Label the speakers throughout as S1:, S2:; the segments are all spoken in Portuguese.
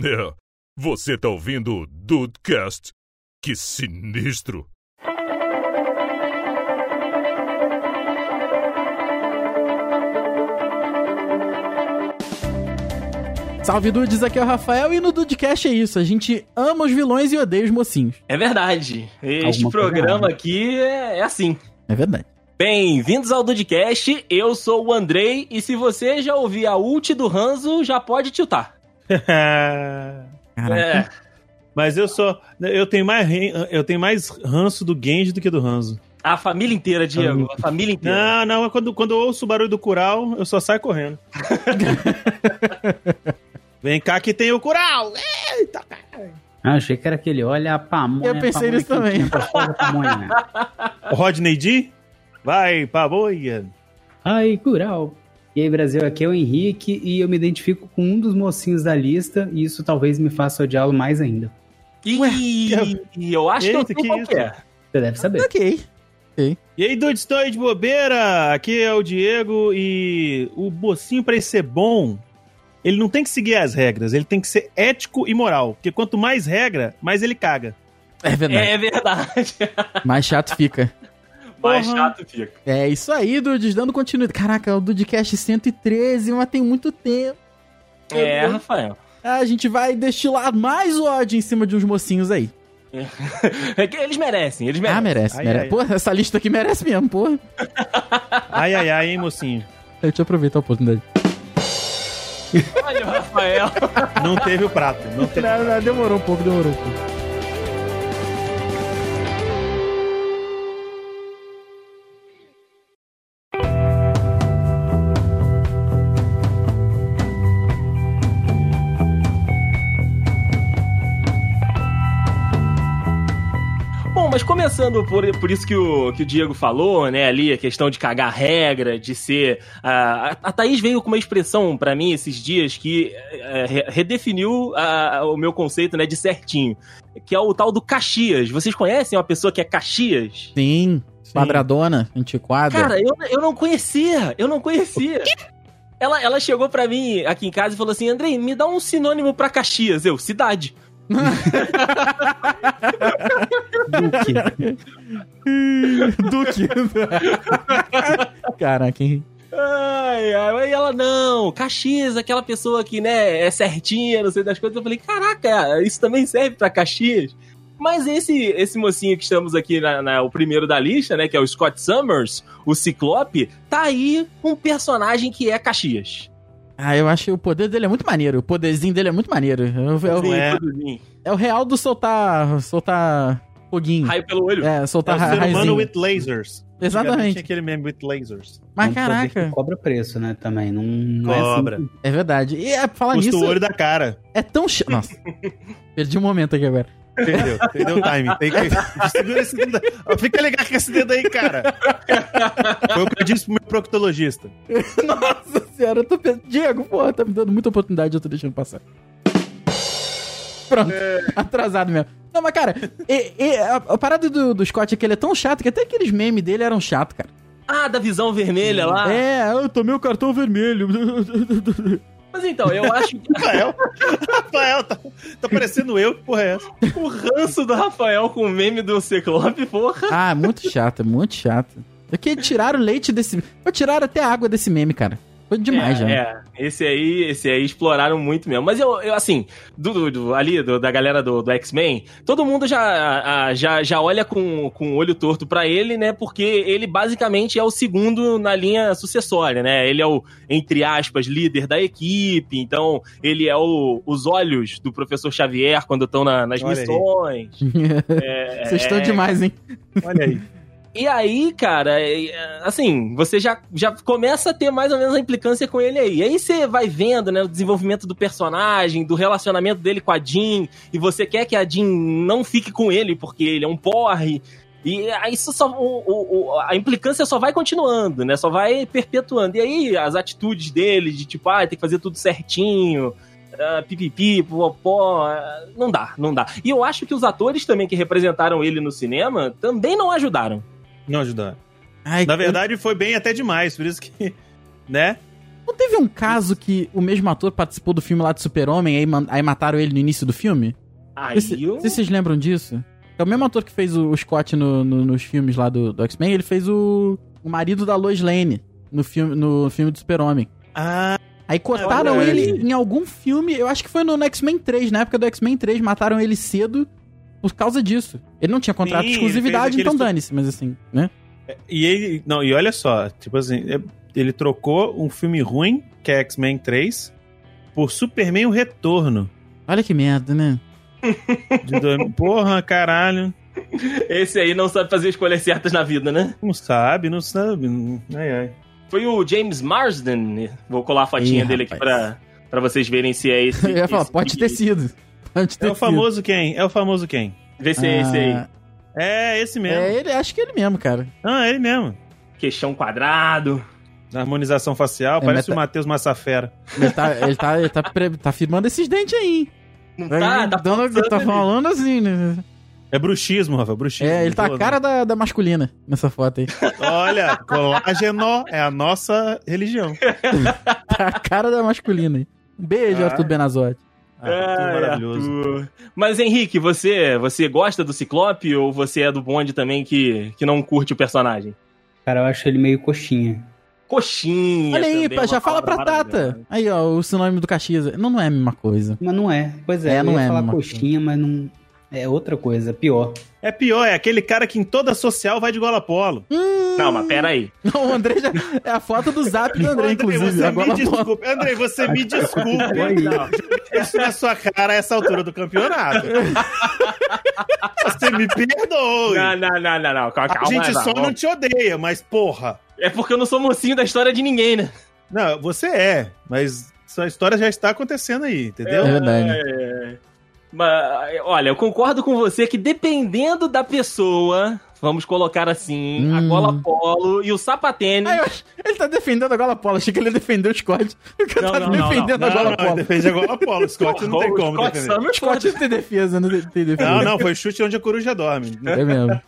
S1: É, você tá ouvindo o Dudecast? Que sinistro!
S2: Salve Dudes, aqui é o Rafael e no Dudecast é isso. A gente ama os vilões e odeia os mocinhos.
S3: É verdade. Este
S2: Alguma coisa
S3: programa
S2: errada.
S3: aqui é, é assim.
S2: É verdade.
S3: Bem-vindos ao Dudcast, eu sou o Andrei e se você já ouvir a ult do Hanzo, já pode tiltar.
S2: Caraca.
S3: É,
S4: Mas eu sou. Eu tenho mais, ren- eu tenho mais ranço do Genji do que do Ranzo.
S3: a família inteira, Diego, a família inteira.
S4: Não, não, é quando, quando eu ouço o barulho do Curau, eu só saio correndo. Vem cá que tem o Curau! Eita, cara.
S5: Ah, achei que era aquele, olha a pamonha.
S2: Eu pensei
S5: pamonha
S2: nisso
S5: quentinha,
S2: também.
S5: gostosa pamonha.
S4: Rodney D? Vai, paboia!
S5: Ai, Cural. E aí, Brasil, aqui é o Henrique e eu me identifico com um dos mocinhos da lista e isso talvez me faça odiá-lo mais ainda.
S3: E eu acho que
S4: Eita,
S3: eu sei
S4: que
S3: qual
S4: isso?
S3: que é.
S5: Você deve saber.
S2: Ok.
S4: E aí, dude, estou aí de bobeira! Aqui é o Diego e o bocinho pra ele ser bom, ele não tem que seguir as regras, ele tem que ser ético e moral. Porque quanto mais regra, mais ele caga.
S2: É verdade.
S3: É verdade.
S2: Mais chato fica.
S3: Mais
S4: Porra.
S3: chato fica.
S2: É isso aí, Dudes, dando continuidade. Caraca, o Dudecast 113, mas tem muito tempo. Ah,
S3: É, Rafael.
S2: A gente vai destilar mais ódio em cima de uns mocinhos aí.
S3: É que Eles merecem, eles
S2: Ah, merece,
S3: merecem.
S4: Ai,
S2: merece.
S4: ai.
S2: Porra, essa lista aqui merece mesmo, porra.
S4: Ai, ai, ai, hein, mocinho?
S2: Eu te aproveito a oportunidade.
S3: Olha o Rafael.
S4: Não teve o prato, não teve.
S2: Não, não, demorou um pouco, demorou um pouco.
S3: Bom, mas começando por, por isso que o, que o Diego falou, né, ali, a questão de cagar regra, de ser. ah, a, a Thaís veio com uma expressão pra mim esses dias que eh, re- redefiniu ah, o meu conceito né, de certinho, que é o tal do Caxias. Vocês conhecem uma pessoa que é Caxias?
S2: Sim,
S4: Sim.
S2: quadradona, antiquada.
S3: Cara, eu, eu não conhecia, eu não conhecia. Ela, ela chegou pra mim aqui em casa e falou assim: Andrei, me dá um sinônimo pra Caxias. Eu, cidade.
S5: Duque.
S2: Duque. Caraca, hein?
S3: Ai, ai, aí ela, não, Caxias, aquela pessoa que, né, é certinha, não sei das coisas. Eu falei, caraca, isso também serve pra Caxias? Mas esse esse mocinho que estamos aqui, na, na- o primeiro da lista, né, que é o Scott Summers, o Ciclope, tá aí um personagem que é Caxias.
S2: Ah, eu acho que o poder dele é muito maneiro. O poderzinho dele é muito maneiro. É o, é o-
S3: Sim,
S4: é.
S3: tudozinho.
S2: é o real do soltar. soltar foguinho.
S3: Raio pelo olho.
S2: É,
S4: É
S2: soltar
S4: o
S2: ra-
S4: ser humano
S2: raizinho.
S4: with lasers. Antigamente
S2: Exatamente.
S4: Tinha aquele meme with lasers.
S5: É
S2: Mas
S5: um poder que
S2: caraca,
S5: Cobra preço, né? Também. Não, não é assim
S4: Cobra.
S5: que-
S2: é verdade. E é, falar
S4: Custa o
S2: nisso,
S4: olho da cara.
S2: é tão chato. Nossa, perdi um momento aqui agora.
S4: Entendeu? Entendeu o timing. Tem que... Segura esse dedo. Ó, Fica ligado com esse dedo aí, cara. Foi o que eu disse pro meu proctologista.
S2: Nossa senhora, eu tô pensando. Diego, porra, tá me dando muita oportunidade, eu tô deixando passar. Pronto, atrasado mesmo. Não, mas cara, e- e a, a parada do, do Scott é que ele é tão chato que até aqueles memes dele eram chato, cara.
S3: Ah, da visão vermelha lá.
S2: É, eu tomei o cartão vermelho.
S3: Mas então, eu acho que
S4: Rafael. Rafael, tá, tá parecendo eu. Que porra é essa?
S3: o ranço do Rafael com o meme do Ciclope, porra.
S2: ah, muito chato, muito chato. É que tiraram o leite desse. Pô, Tiraram até a água desse meme, cara. Foi demais né?
S3: é,
S2: já.
S3: é. esse aí, esse aí exploraram muito mesmo. Mas eu, eu assim, do, do- do- ali, do- da galera do, do X-Men, todo mundo já, a- a- já, já olha com, com o olho torto pra ele, né? Porque ele basicamente é o segundo na linha sucessória, né? Ele é o, entre aspas, líder da equipe, então ele é o, os olhos do professor Xavier quando estão na- nas
S4: Olha aí.
S3: missões. É,
S2: Vocês estão demais, hein?
S4: Olha aí.
S3: E aí, cara, é, é, assim, você já, já começa a ter mais ou menos a implicância com ele aí. E aí você vai vendo, né, o desenvolvimento do personagem, do relacionamento dele com a Jean, e você quer que a Jean não fique com ele porque ele é um porre. E aí isso só, o- o- o- a implicância só vai continuando, né? Só vai perpetuando. E aí as atitudes dele, de tipo, ah, tem que fazer tudo certinho, ah, pipipi, popó, ah, não dá, não dá. E eu acho que os atores também que representaram ele no cinema também não ajudaram.
S4: Não ajudar.
S2: Ai,
S4: Na verdade, foi bem até demais. Por isso que. Né?
S2: Não teve um caso que o mesmo ator participou do filme lá de Super-Homem e aí, man- aí mataram ele no início do filme?
S3: Aí
S2: Vocês
S3: eu...
S2: vocês- vocês lembram disso? É o mesmo ator que fez o, o Scott no- no- nos filmes lá do, do X-Men, ele fez o, o marido da Lois Lane no filme, no filme do Super-Homem.
S4: Ah,
S2: Aí cotaram
S4: Olha
S2: ele
S4: aí.
S2: em algum filme, eu acho que foi no no X-Men 3, na época do X-Men 3, mataram ele cedo por causa disso. Ele não tinha contrato
S4: Sim,
S2: de
S4: ele
S2: exclusividade,
S4: fez aquele
S2: então
S4: estu-
S2: dane-se, mas assim, né?
S4: e ele. Não, e olha só, tipo assim, é- ele trocou um filme ruim, que é X-Men 3, por Superman o Retorno.
S2: Olha que merda, né?
S4: De dois- Porra, caralho.
S3: Esse aí não sabe fazer escolhas certas na vida, né?
S4: Não sabe, não sabe. Ai, ai.
S3: Foi o James Marsden. Vou colar a fotinha
S2: Ih,
S3: dele aqui
S2: rapaz.
S3: pra, pra vocês verem se é esse.
S2: Eu ia falar,
S3: esse
S2: pode
S3: que-
S2: ter sido. Pode ter
S4: É o
S2: sido.
S4: famoso quem? É o famoso quem?
S3: Vê se é esse aí.
S2: Ah,
S4: É esse mesmo.
S2: É, ele, acho que é ele mesmo, cara.
S4: Ah, é ele mesmo.
S3: Queixão quadrado.
S4: Na harmonização facial,
S2: É,
S4: parece
S2: meta-
S4: o Matheus Massafera.
S2: Ele tá, ele tá, ele tá, pre- tá firmando esses dentes aí, hein?
S3: Não tá? Tá
S2: Dando-
S3: pulsando
S2: tá
S3: ali.
S2: falando assim, né?
S4: É bruxismo, Rafa, bruxismo.
S2: É, ele tá a
S4: Boa,
S2: cara da, da masculina nessa foto aí.
S4: né? Olha, colágeno é a nossa religião.
S2: É, Tá a cara da masculina aí. Um beijo,
S4: Ah.
S2: Arthur Benazotti.
S4: Ah, tudo
S3: Ai,
S4: maravilhoso.
S3: É, Arthur. Mas Henrique, você você gosta do Ciclope ou você é do bonde também que, que não curte o personagem?
S5: Cara, eu acho ele meio coxinha.
S3: Coxinha.
S2: Olha aí,
S3: também,
S2: pá,
S3: uma
S2: já fala pra
S3: palavra maravilhosa.
S2: Tata. Aí, ó, o sinônimo do Caxias. Não, não é a mesma coisa.
S5: Mas não é. Pois
S2: É,
S5: é, eu
S2: não
S5: ia
S2: é,
S5: falar
S2: mano.
S5: coxinha, mas não. É outra coisa, pior.
S4: É pior, é aquele cara que em toda social vai de gola polo.
S3: Não, mas pera aí.
S2: Não, o André já... É a foto do zap do André, inclusive.
S4: você
S2: Agora
S4: me desculpa. Andrei, você me desculpa. Não, isso na sua cara a essa altura do campeonato. você me perdoe.
S3: Não, não, não, não, não. Calma,
S4: a
S3: calma,
S4: gente
S3: não,
S4: só
S3: calma.
S4: não te odeia, mas porra.
S3: É porque eu não sou mocinho da história de ninguém, né?
S4: Não, você é, mas sua história já está acontecendo aí, entendeu?
S2: É verdade.
S3: É. Mas, olha, eu concordo com você que dependendo da pessoa, vamos colocar assim, a
S2: Hum.
S3: gola polo e o sapatênis.
S4: Ah,
S2: Aí, eu acho- ele tá defendendo a Gola Polo. Achei que ele defendeu o Scott. O cara
S3: Não,
S2: tá
S3: não, não,
S2: defendendo
S4: Não,
S2: a Gola
S4: não,
S2: Polo.
S4: defende a gola polo. Scott não tem
S3: O
S4: como
S3: Scott
S4: defender.
S3: Summers,
S2: Scott não tem defesa, não tem- tem defesa.
S4: Não, não, foi chute onde a coruja dorme.
S2: É mesmo.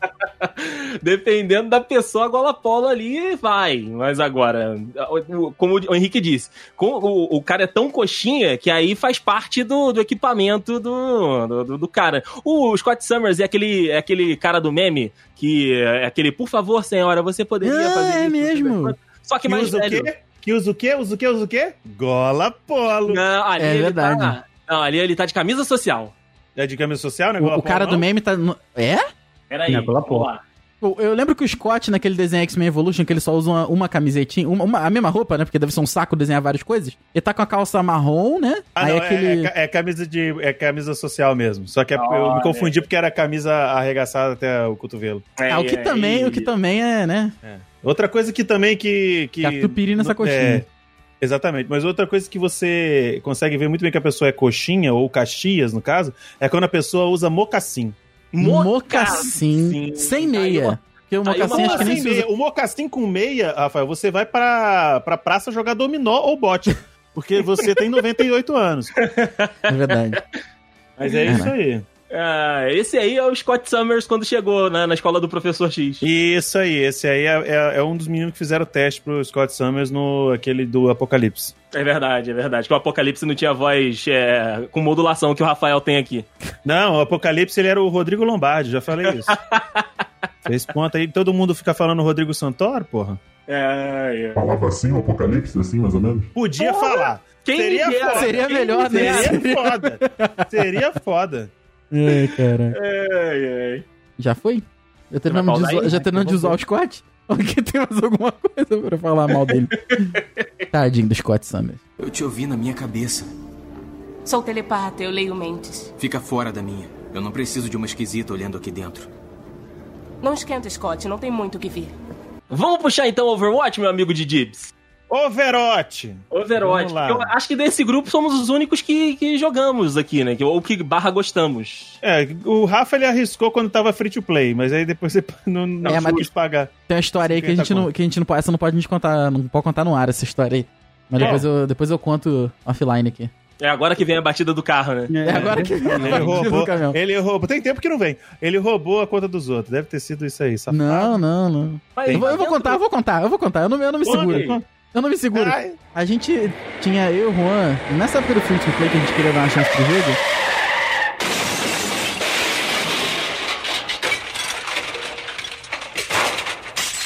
S3: Dependendo da pessoa, a gola polo ali vai. Mas agora, o- o- como o Henrique disse, com- o, o cara é tão coxinha que aí faz parte do, do equipamento do, do, do- do cara. O Scott Summers é aquele, é aquele cara do meme que é aquele, por favor, senhora, você poderia
S2: Ah,
S3: fazer.
S2: é
S3: isso?"
S2: mesmo.
S3: Só que
S4: Que
S3: mais
S4: usa o
S3: velho.
S4: quê? Que usa o quê? Usa o quê? Usa o quê? Gola polo.
S3: Não, ali
S2: É
S3: ele
S2: verdade.
S3: Tá, não, ali ele tá de camisa social.
S4: É de câmbio social, né?
S2: O, o cara do meme tá. no- É?
S3: Peraí.
S5: Não, gola
S3: vamos
S5: polo.
S3: lá.
S2: Eu, eu lembro que o Scott, naquele desenho X-Men Evolution, que ele só usa uma, uma camisetinha, uma, uma- a mesma roupa, né? Porque deve ser um saco desenhar várias coisas. Ele tá com a calça marrom, né?
S4: Ah,
S2: Aí
S4: não, é- é,
S2: aquele.
S4: ca- é camisa de. É camisa social mesmo. Só que é- eu
S3: Olha.
S4: me confundi porque era camisa arregaçada até o cotovelo.
S3: é,
S2: Ah,
S4: é
S2: o que
S3: Aí,
S2: também,
S3: aí.
S2: o que também é, né?
S4: Outra coisa que também que. que
S2: Catupiry nessa
S4: no- é,
S2: coxinha.
S4: exatamente. Mas outra coisa que você consegue ver muito bem que a pessoa é coxinha, ou caxias, no caso, é quando a pessoa usa mocassim.
S2: Mocassim.
S3: Mocassim.
S2: Sem
S3: Aí
S2: meia. Porque o
S3: aí uma
S2: mocassim acho que
S4: Mocassim
S2: nem se usa.
S4: meia. O mocassim com meia, Rafael, você vai pra, pra praça jogar dominó ou bote. Porque você tem 98 anos.
S2: É verdade.
S4: Mas é
S2: É,
S4: isso
S2: né?
S4: aí.
S3: Ah, esse aí é o Scott Summers quando chegou né, na escola do professor X.
S4: Isso aí, esse aí é, é- é um dos meninos que fizeram o teste pro Scott Summers no aquele do Apocalipse.
S3: É verdade, é verdade. Que o Apocalipse não tinha voz é, com modulação que o Rafael tem aqui.
S4: Não, o Apocalipse ele era o Rodrigo Lombardi, já falei isso. Fez ponto aí, todo mundo fica falando Rodrigo Santoro, porra.
S3: É, é.
S6: Falava assim, o apocalipse, assim, mais ou menos?
S4: Podia falar.
S3: Quem
S4: Seria
S3: me dera,
S4: foda.
S2: Seria
S3: quem
S2: melhor,
S3: me dera.
S2: né?
S4: Seria foda. Seria foda.
S2: Ai, cara.
S3: Ai, ai.
S2: Já foi? Já terminamos de,
S3: Vai pausar
S2: zoar-
S3: aí?
S2: já terminamos de usar o Scott? Alguém tem mais alguma coisa pra falar mal dele? Tadinho do Scott Summers.
S7: Eu te ouvi na minha cabeça.
S8: Sou telepata, eu leio mentes.
S7: Fica fora da minha. Eu não preciso de uma esquisita olhando aqui dentro.
S8: Não esquenta, Scott, não tem muito o que vir.
S3: Vamos puxar então Overwatch, meu amigo de Dibs.
S4: Overwatch.
S3: Overwatch.
S4: Vamos lá.
S3: Eu acho que desse grupo somos os únicos que, que jogamos aqui, né? Que- Ou que barra gostamos.
S4: É, o Rafa ele arriscou quando tava free to play, mas aí depois ele não, não
S2: É, mas-
S4: quis pagar.
S2: Tem uma história aí que a gente não, que a gente não pode, essa não pode a gente contar, não pode contar no ar essa história aí. Mas
S4: É.
S2: depois, eu, depois eu conto offline aqui.
S3: É agora que vem a batida do carro, né?
S2: É agora que
S4: Ele roubou,
S2: caminhão.
S4: ele roubou. Tem tempo que não vem. Ele roubou a conta dos outros. Deve ter sido isso aí. safado.
S2: Não, não, não.
S3: Mas
S2: Eu vou, eu vou
S3: dentro-
S2: contar, eu vou contar, eu vou contar. Eu não, eu não me
S4: Conta,
S2: seguro.
S4: conta.
S2: Eu não me seguro.
S9: Ai.
S2: A gente tinha eu e o Juan, e nessa época do Free to Play que a gente queria dar uma chance pro jogo.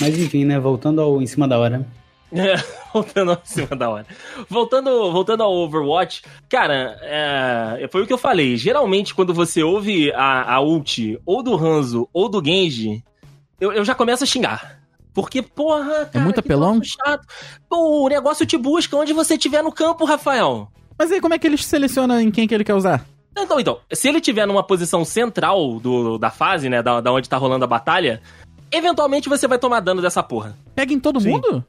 S5: Mas enfim, né? Voltando ao em cima da hora.
S3: É, voltando ao cima da hora. Voltando, voltando ao Overwatch, cara, é, foi o que eu falei. Geralmente, quando você ouve a, a ult ou do Hanzo ou do Genji, eu, eu já começo a xingar. Porque, porra, cara,
S2: É muito
S3: que
S2: apelão?
S3: troço chato. Pô, o negócio te busca onde você estiver no campo, Rafael.
S2: Mas aí como é que ele seleciona em quem que ele quer usar?
S3: Então, então, se ele tiver numa posição central do, da fase, né, da, da onde tá rolando a batalha, eventualmente você vai tomar dano dessa porra.
S2: Pega em todo
S4: Sim.
S2: mundo?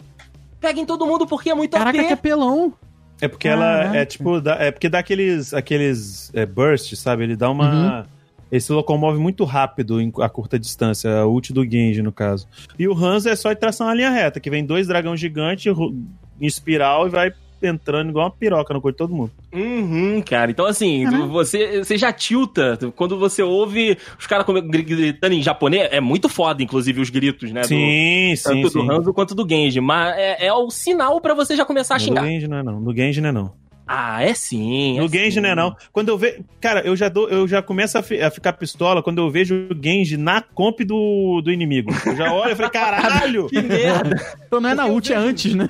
S3: Pega em todo mundo porque é muito
S2: Caraca,
S3: AP.
S2: que apelão.
S4: É porque ela
S2: Caraca.
S4: é tipo. dá- é porque dá aqueles, aqueles é, bursts, sabe? Ele dá uma. Ele se locomove muito rápido em- a curta distância, a ult do Genji, no caso. E o Hans é só de tração na linha reta, que vem dois dragão gigante ru- em espiral e vai entrando igual uma piroca no corpo de todo mundo.
S3: Uhum, cara. Então, assim, tu- você, você já tilta. Tu- Quando você ouve os caras come- gri- gritando em japonês, é muito foda, inclusive, os gritos, né?
S4: sim,
S3: do, tanto do Hanzo quanto do Genji. Mas é, é o sinal pra você já começar a
S4: No do
S3: xingar.
S4: Genji não é não. No Genji não é não.
S3: Ah, é sim. é
S4: No Genji
S3: sim.
S4: não é não. Quando eu vejo. Cara, eu já, dou, eu já começo a, fi- a ficar pistola quando eu vejo o Genji na comp do, do inimigo. Eu já olho e falei, caralho!
S3: Que merda.
S2: Então não é na ult, é antes, né?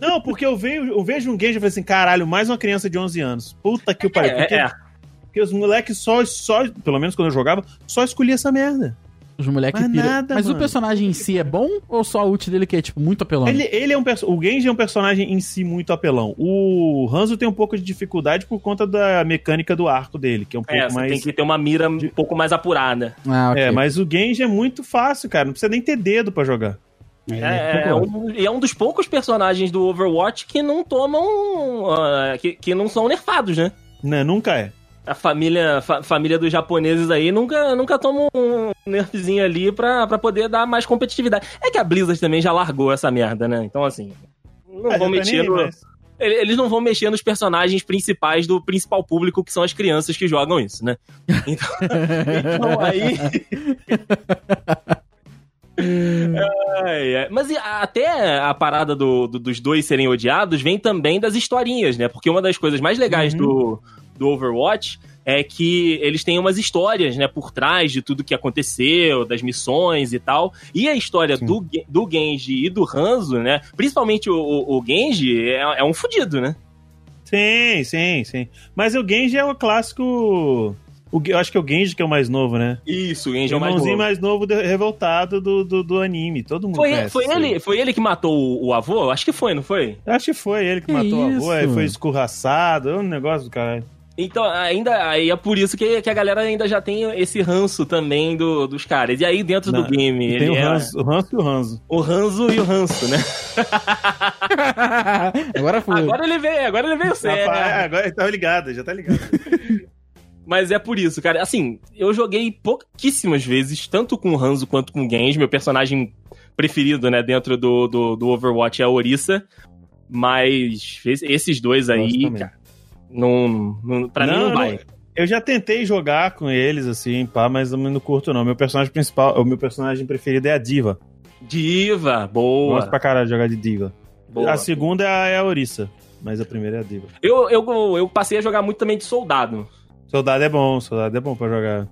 S4: Não, porque eu vejo, eu vejo um Genji e falei assim, caralho, mais uma criança de 11 anos. Puta que o pariu. Porque,
S3: É, é.
S4: porque os moleques só, só, pelo menos quando eu jogava, só escolhia essa merda.
S2: Os moleques
S4: Mas
S2: pira.
S4: nada,
S2: Mas o
S4: mano.
S2: personagem em si é bom ou só a ult dele que é, tipo, muito apelão?
S4: Ele, ele é um perso- O Genji é um personagem em si muito apelão. O Hanzo tem um pouco de dificuldade por conta da mecânica do arco dele, que é um pouco
S3: É, você
S4: mais...
S3: tem que ter uma mira um pouco mais apurada.
S2: Ah, ok.
S4: É, mas o Genji é muito fácil, cara. Não precisa nem ter dedo pra jogar. né?
S3: É, é um, e é um dos poucos personagens do Overwatch que não tomam. ah, que, que não são nerfados, né?
S4: Né? Nunca é.
S3: A família, fa- família dos japoneses aí nunca, nunca toma um nerfzinho ali pra, pra poder dar mais competitividade. É que a Blizzard também já largou essa merda, né? Então, assim. Não vão
S4: Ah, já tá nem
S3: mexer
S4: aí,
S3: no-
S4: mas-
S3: ele- Eles não vão mexer nos personagens principais do principal público, que são as crianças que jogam isso, né? Então, então aí. Ai, ai. É, Mas e a- até a parada do- do- dos dois serem odiados vem também das historinhas, né? Porque uma das coisas mais legais do, do Overwatch é que eles têm umas histórias, né, por trás de tudo que aconteceu, das missões e tal. E a história
S4: Sim.
S3: do, Ge- do Genji e do Hanzo, né? Principalmente o, o, o Genji é, é um fudido, né?
S4: Sim, sim, sim. Mas o Genji é o clássico. O, Ge- eu acho que é o Genji que é o mais novo, né?
S3: Isso, o
S4: O
S3: Genji é o mais
S4: irmãozinho
S3: novo.
S4: mais novo, de- revoltado do, do, do anime. Todo mundo
S3: Foi,
S4: conhece
S3: foi,
S4: isso aí.
S3: ele, foi ele que matou o, o avô? Acho que foi, não foi?
S4: Acho que foi ele que,
S2: Que
S4: matou a
S2: isso?
S4: avó, aí foi escorraçado, é um negócio do caralho.
S3: Então, ainda aí é por isso que, que a galera ainda já tem esse ranço também do, dos caras. E aí, dentro
S4: Não,
S3: do game,
S4: E tem o
S3: ele é
S4: Hanzo, o Hanzo e o Hanzo.
S3: o ranzo e o ranço, né?
S2: Agora foi.
S3: Agora ele veio, agora ele veio sério. né?
S4: Rapaz, agora ele tá ligado, já tá ligado.
S3: Mas é por isso, cara. Assim, eu joguei pouquíssimas vezes, tanto com o Hanzo quanto com o Genji. Meu personagem preferido, né, dentro do, do, do Overwatch é a Orisa. Mas es- esses dois
S4: Gosto
S3: aí,
S4: também.
S3: cara, não, não, pra mim não
S4: eu
S3: vai.
S4: Eu já tentei jogar com eles, assim, pá, mas eu não curto, não. Meu personagem principal, o meu personagem preferido é a Diva.
S3: Diva,
S4: Eu
S3: boa.
S4: Gosto pra caralho de jogar de Diva.
S3: boa.
S4: A segunda é a- é a Orisa, mas a primeira é a Diva.
S3: Eu, eu, eu passei a jogar muito também de soldado.
S4: Soldado é bom, soldado é bom pra jogar.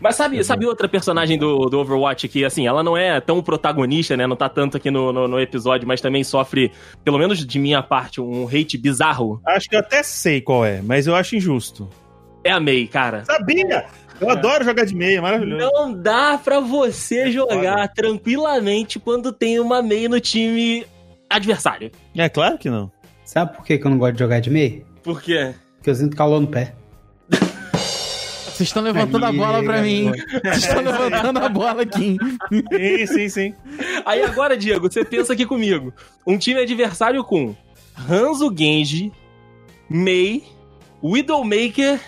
S3: Mas sabe,
S4: Uhum.
S3: sabe outra personagem do, do Overwatch que, assim, ela não é tão protagonista, né? Não tá tanto aqui no, no, no episódio, mas também sofre, pelo menos de minha parte, um hate bizarro?
S4: Acho que eu até sei qual é, mas eu acho injusto. É.
S3: É a May, cara.
S4: Sabia! Eu adoro jogar de meia, maravilhoso.
S3: Não dá pra você jogar
S4: É foda.
S3: tranquilamente quando tem uma May no time adversário.
S4: É claro que não.
S5: Sabe por que que eu não gosto de jogar de meio?
S3: Por quê?
S5: Porque eu sinto calor no pé.
S2: Vocês estão levantando a bola pra mim. hein? Vocês estão levantando a bola aqui.
S4: Sim, sim, sim.
S3: Aí agora, Diego, você pensa aqui comigo. Um time adversário com Hanzo Genji, May, Widowmaker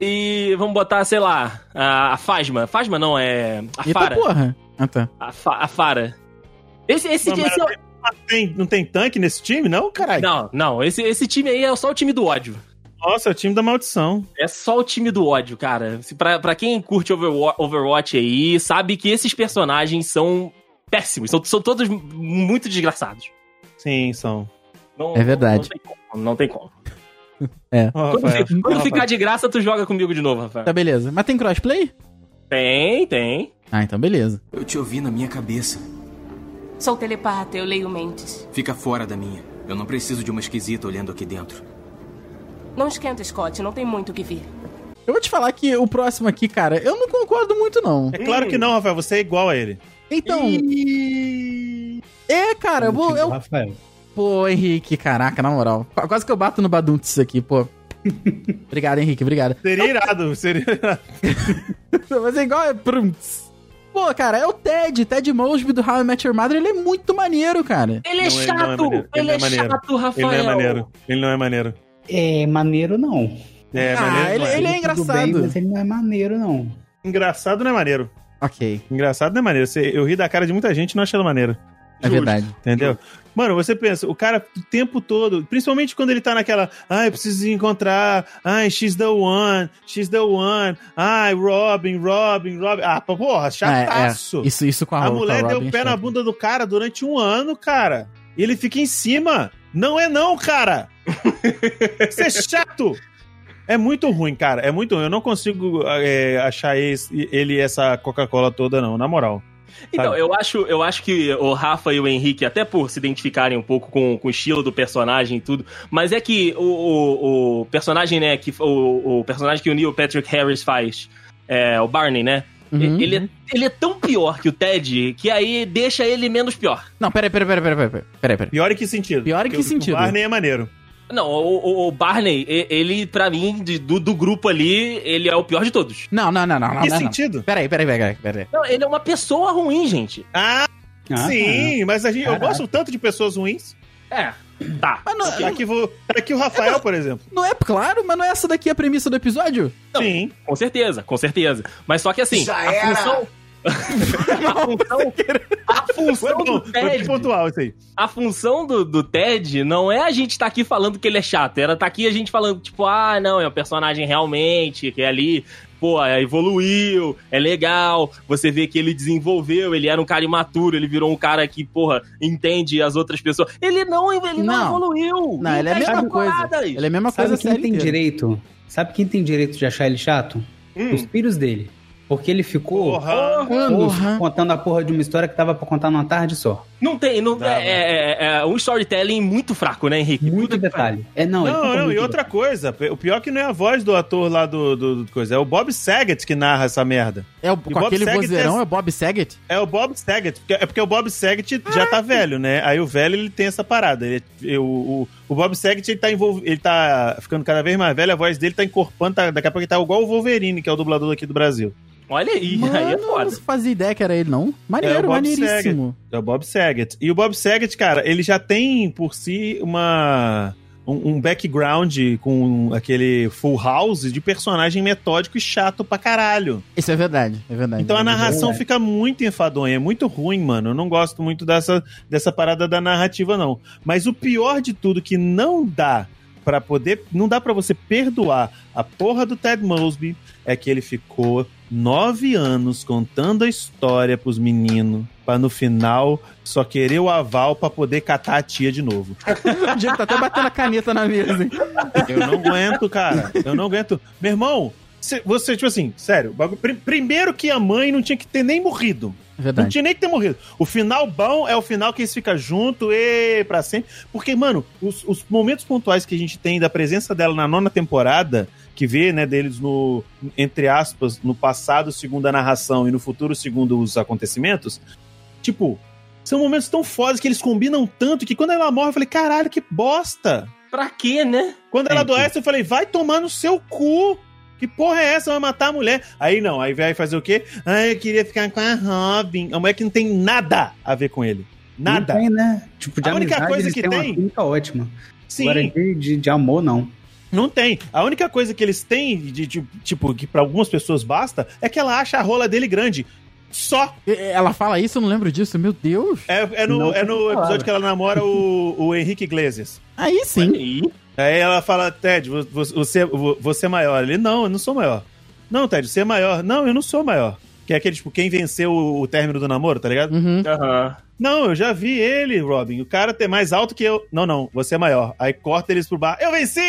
S3: e vamos botar, sei lá, a, a Fasma. Fasma não, é a
S2: Eita
S3: Fara.
S2: porra. Ah, tá.
S3: A, Fa- a Fara. Esse, esse,
S4: Não,
S3: esse- é
S4: mas- Ah, Tem- não tem tanque nesse time, não, caralho?
S3: não, não, esse, esse time aí é só o time do ódio.
S4: Nossa, é o time da maldição.
S3: É só o time do ódio, cara. Se Pra, pra quem curte Overwa- Overwatch aí, sabe que esses personagens são péssimos. São, são todos muito desgraçados.
S4: Sim, são.
S3: Não-
S2: É verdade.
S3: Não tem como. Não tem como.
S4: Ó,
S3: Quando,
S4: Rafael.
S3: fi- quando
S4: Ó,
S3: ficar de graça, tu joga comigo de novo, Rafael.
S2: Tá, beleza. Mas tem crossplay?
S3: Tem, tem.
S2: Ah, então beleza.
S7: Eu te ouvi na minha cabeça.
S8: Sou telepata, eu leio mentes.
S7: Fica fora da minha. Eu não preciso de uma esquisita olhando aqui dentro.
S8: Não esquenta, Scott, não tem muito o que vir.
S2: Eu vou te falar que o próximo aqui, cara, eu não concordo muito, não.
S4: É claro que não, Rafael. Você é igual a ele.
S2: Então. É, cara, eu vou. eu-
S5: Rafael.
S2: Pô, Henrique, caraca, na moral. Qu- Quase que eu bato no Baduntz aqui, pô. obrigado, Henrique, obrigado.
S4: Seria irado. Seria irado.
S2: Mas é igual é Prunts. Pô, cara, é o Ted, Ted Mosby do How I Met Your Mother, ele é muito maneiro, cara.
S3: Ele é
S4: Não, ele não é
S3: chato!
S4: maneiro. Ele
S3: Ele
S4: não
S3: é
S4: é maneiro.
S3: chato,
S4: Ele
S3: Rafael!
S4: não é maneiro. Ele não é maneiro.
S5: É maneiro não.
S4: É,
S2: Ah,
S4: maneiro não é.
S2: Ele é
S5: Tudo
S2: engraçado.
S5: bem, mas ele não é maneiro não.
S4: Engraçado não é maneiro.
S2: Ok,
S4: Engraçado não é maneiro. Você- Eu ri da cara de muita gente e não achei ele maneiro.
S2: é verdade.
S4: Entendeu? Mano, você pensa, o cara o tempo todo, principalmente quando ele tá naquela, ai, preciso encontrar, ai, she's the one, she's the one, ai, Robin, Robin, Robin. Ah, pô, porra, chataço.
S2: Ah, é, é. Isso, isso com a
S4: A
S2: Ro- com
S4: mulher deu
S2: Robin
S4: o pé
S2: é
S4: na
S2: chato.
S4: bunda do cara durante um ano, cara. E ele fica em cima. Não é não, cara. Isso é chato. É muito ruim, cara. É muito ruim. Eu não consigo é, achar esse- ele essa Coca-Cola toda, não, na moral.
S3: Então,
S4: Sabe?
S3: eu acho, eu acho que o Rafa e o Henrique, até por se identificarem um pouco com, com o estilo do personagem e tudo, mas é que o, o- o personagem, né, que, o, o personagem que o Neil Patrick Harris faz, é, o Barney, né?
S2: Uhum.
S3: Ele, é- ele é tão pior que o Ted que aí deixa ele menos pior.
S2: Não, peraí, peraí, peraí, peraí, peraí, peraí, peraí.
S4: Pior em que sentido?
S2: Pior em que
S4: Porque o-
S2: sentido?
S4: O Barney é maneiro.
S3: Não, o, o- o Barney, e- ele, pra mim, de- do, do grupo ali, ele é o pior de todos.
S2: Não, não, não, não, Ah, não. é
S4: que
S2: não, não.
S4: sentido?
S2: Peraí, peraí, peraí, peraí.
S3: Não, ele é uma pessoa ruim, gente.
S4: Ah,
S5: Ah,
S4: sim, mas a gente, eu
S5: Caraca.
S4: gosto tanto de pessoas ruins.
S3: É, tá.
S2: Mas não,
S4: Tá aqui, vou, tá aqui o Rafael, por exemplo.
S2: não é claro, mas não é essa daqui a premissa do episódio?
S4: Sim.
S3: Com certeza, com certeza. Mas só que assim, a função. a função, a
S4: Foi
S3: função
S4: bom,
S3: do
S4: foi
S3: Ted.
S4: pontual isso aí.
S3: A função do, do Ted não é a gente estar aqui falando que ele é chato. Era tá aqui a gente falando, tipo, ah, não, é um personagem realmente, que é ali, pô, é, evoluiu, é legal. Você vê que ele desenvolveu, ele era um cara imaturo, ele virou um cara que, porra, entende as outras pessoas. Ele não, ele não,
S2: Não.
S3: evoluiu.
S2: Não, ele é a
S3: Dez
S2: mesma coisa.
S3: temporadas.
S2: Ele é a mesma
S5: Sabe
S2: coisa
S5: quem
S2: série
S5: tem
S2: inteira.
S5: direito? Sabe quem tem direito de achar ele chato?
S3: Hum.
S5: Os filhos dele. Porque ele ficou
S4: Hum. Porra.
S5: anos
S2: Porra.
S5: contando a porra de uma história que dava pra contar numa tarde só.
S3: Não tem, não,
S4: Dá, né?
S3: é, é- é- é um storytelling muito fraco, né, Henrique?
S5: Muito
S3: Puta que pariu.
S5: detalhe. É, não, ele
S4: Não,
S5: conta
S4: não,
S5: muito
S4: e outra coisa, o pior é que não é a voz do ator lá do, do, do coisa, é o Bob Saget que narra essa merda.
S2: É o,
S4: E
S2: com
S4: Bob
S2: aquele
S4: Saget
S2: vozeirão,
S4: tem-
S2: é o Bob Saget?
S4: É o Bob Saget, porque- é porque o Bob Saget já tá velho, né? Aí o velho ele tem essa parada. ele- é, eu- o, o Bob Saget ele tá, envolv... ele tá ficando cada vez mais velho, a voz dele tá encorpando, tá- daqui a pouco ele tá igual o Wolverine, que é o dublador aqui do Brasil.
S3: Olha aí, aí é
S2: Mano, eu
S3: foda.
S2: não fazia ideia que era ele, não.
S4: É o
S2: Maneiro,
S4: Bob
S2: maneiríssimo.
S4: É o Bob Saget. E o Bob Saget, cara, ele já tem por si uma. Um, um background com aquele full house de personagem metódico e chato pra caralho.
S2: Isso é verdade, é verdade.
S4: Então a narração
S5: verdade.
S4: fica muito enfadonha, é muito ruim, mano. Eu não gosto muito dessa, dessa parada da narrativa, não. Mas o pior de tudo que não dá pra poder, não dá pra você perdoar a porra do Ted Mosby é que ele ficou nove anos contando a história pros meninos, pra no final só querer o aval pra poder catar a tia de novo.
S2: O Diego tá até batendo a caneta na mesa, hein?
S4: Eu não aguento, cara. Eu não aguento. Meu irmão, cê- você, tipo assim, sério, bagu- pri- primeiro que a mãe não tinha que ter nem morrido.
S2: É
S4: Não
S2: verdade.
S4: tinha nem que ter morrido. O final bom é o final que eles ficam junto e pra sempre. Porque, mano, os, os momentos pontuais que a gente tem da presença dela na nona temporada, que vê, né, deles no, entre aspas, no passado segundo a narração e no futuro segundo os acontecimentos, tipo, são momentos tão fodas que eles combinam tanto que quando ela morre, eu falei, caralho, que bosta!
S3: Pra quê, né?
S4: Quando ela
S5: Entendi.
S4: adoece, eu falei, vai tomar no seu cu! Que porra é essa? Vai matar a mulher. Aí não, aí vai fazer o quê? Ah, eu queria ficar com a Robin. A mulher que não tem nada a ver com ele. Nada.
S5: Não tem, né? Tipo, de
S4: A única
S5: amizade,
S4: coisa
S5: eles
S4: que
S5: têm
S4: tem-
S5: uma química ótima.
S4: Sim,
S5: Agora, de, de, de amor, não.
S4: não tem. A única coisa que eles têm, de, de- tipo, que pra algumas pessoas basta, é que ela acha a rola dele grande. Só.
S2: E- Ela fala isso, eu não lembro disso. Meu Deus.
S4: É, é no,
S5: Não
S4: é
S5: tem
S4: no
S5: palavra.
S4: episódio que ela namora o, o Henrique Iglesias.
S2: Aí sim.
S3: Aí,
S4: Aí ela fala, Ted, vo- vo- você, vo- você é maior. Ele, não, eu não sou maior. Não, Ted, você é maior. Não, eu não sou maior. Que é aquele, tipo, quem venceu o, o término do namoro, tá ligado?
S2: Uhum.
S3: Aham.
S4: Não, eu já vi ele, Robin. O cara é mais alto que eu. Não, não, você é maior. Aí corta eles pro bar. Eu venci!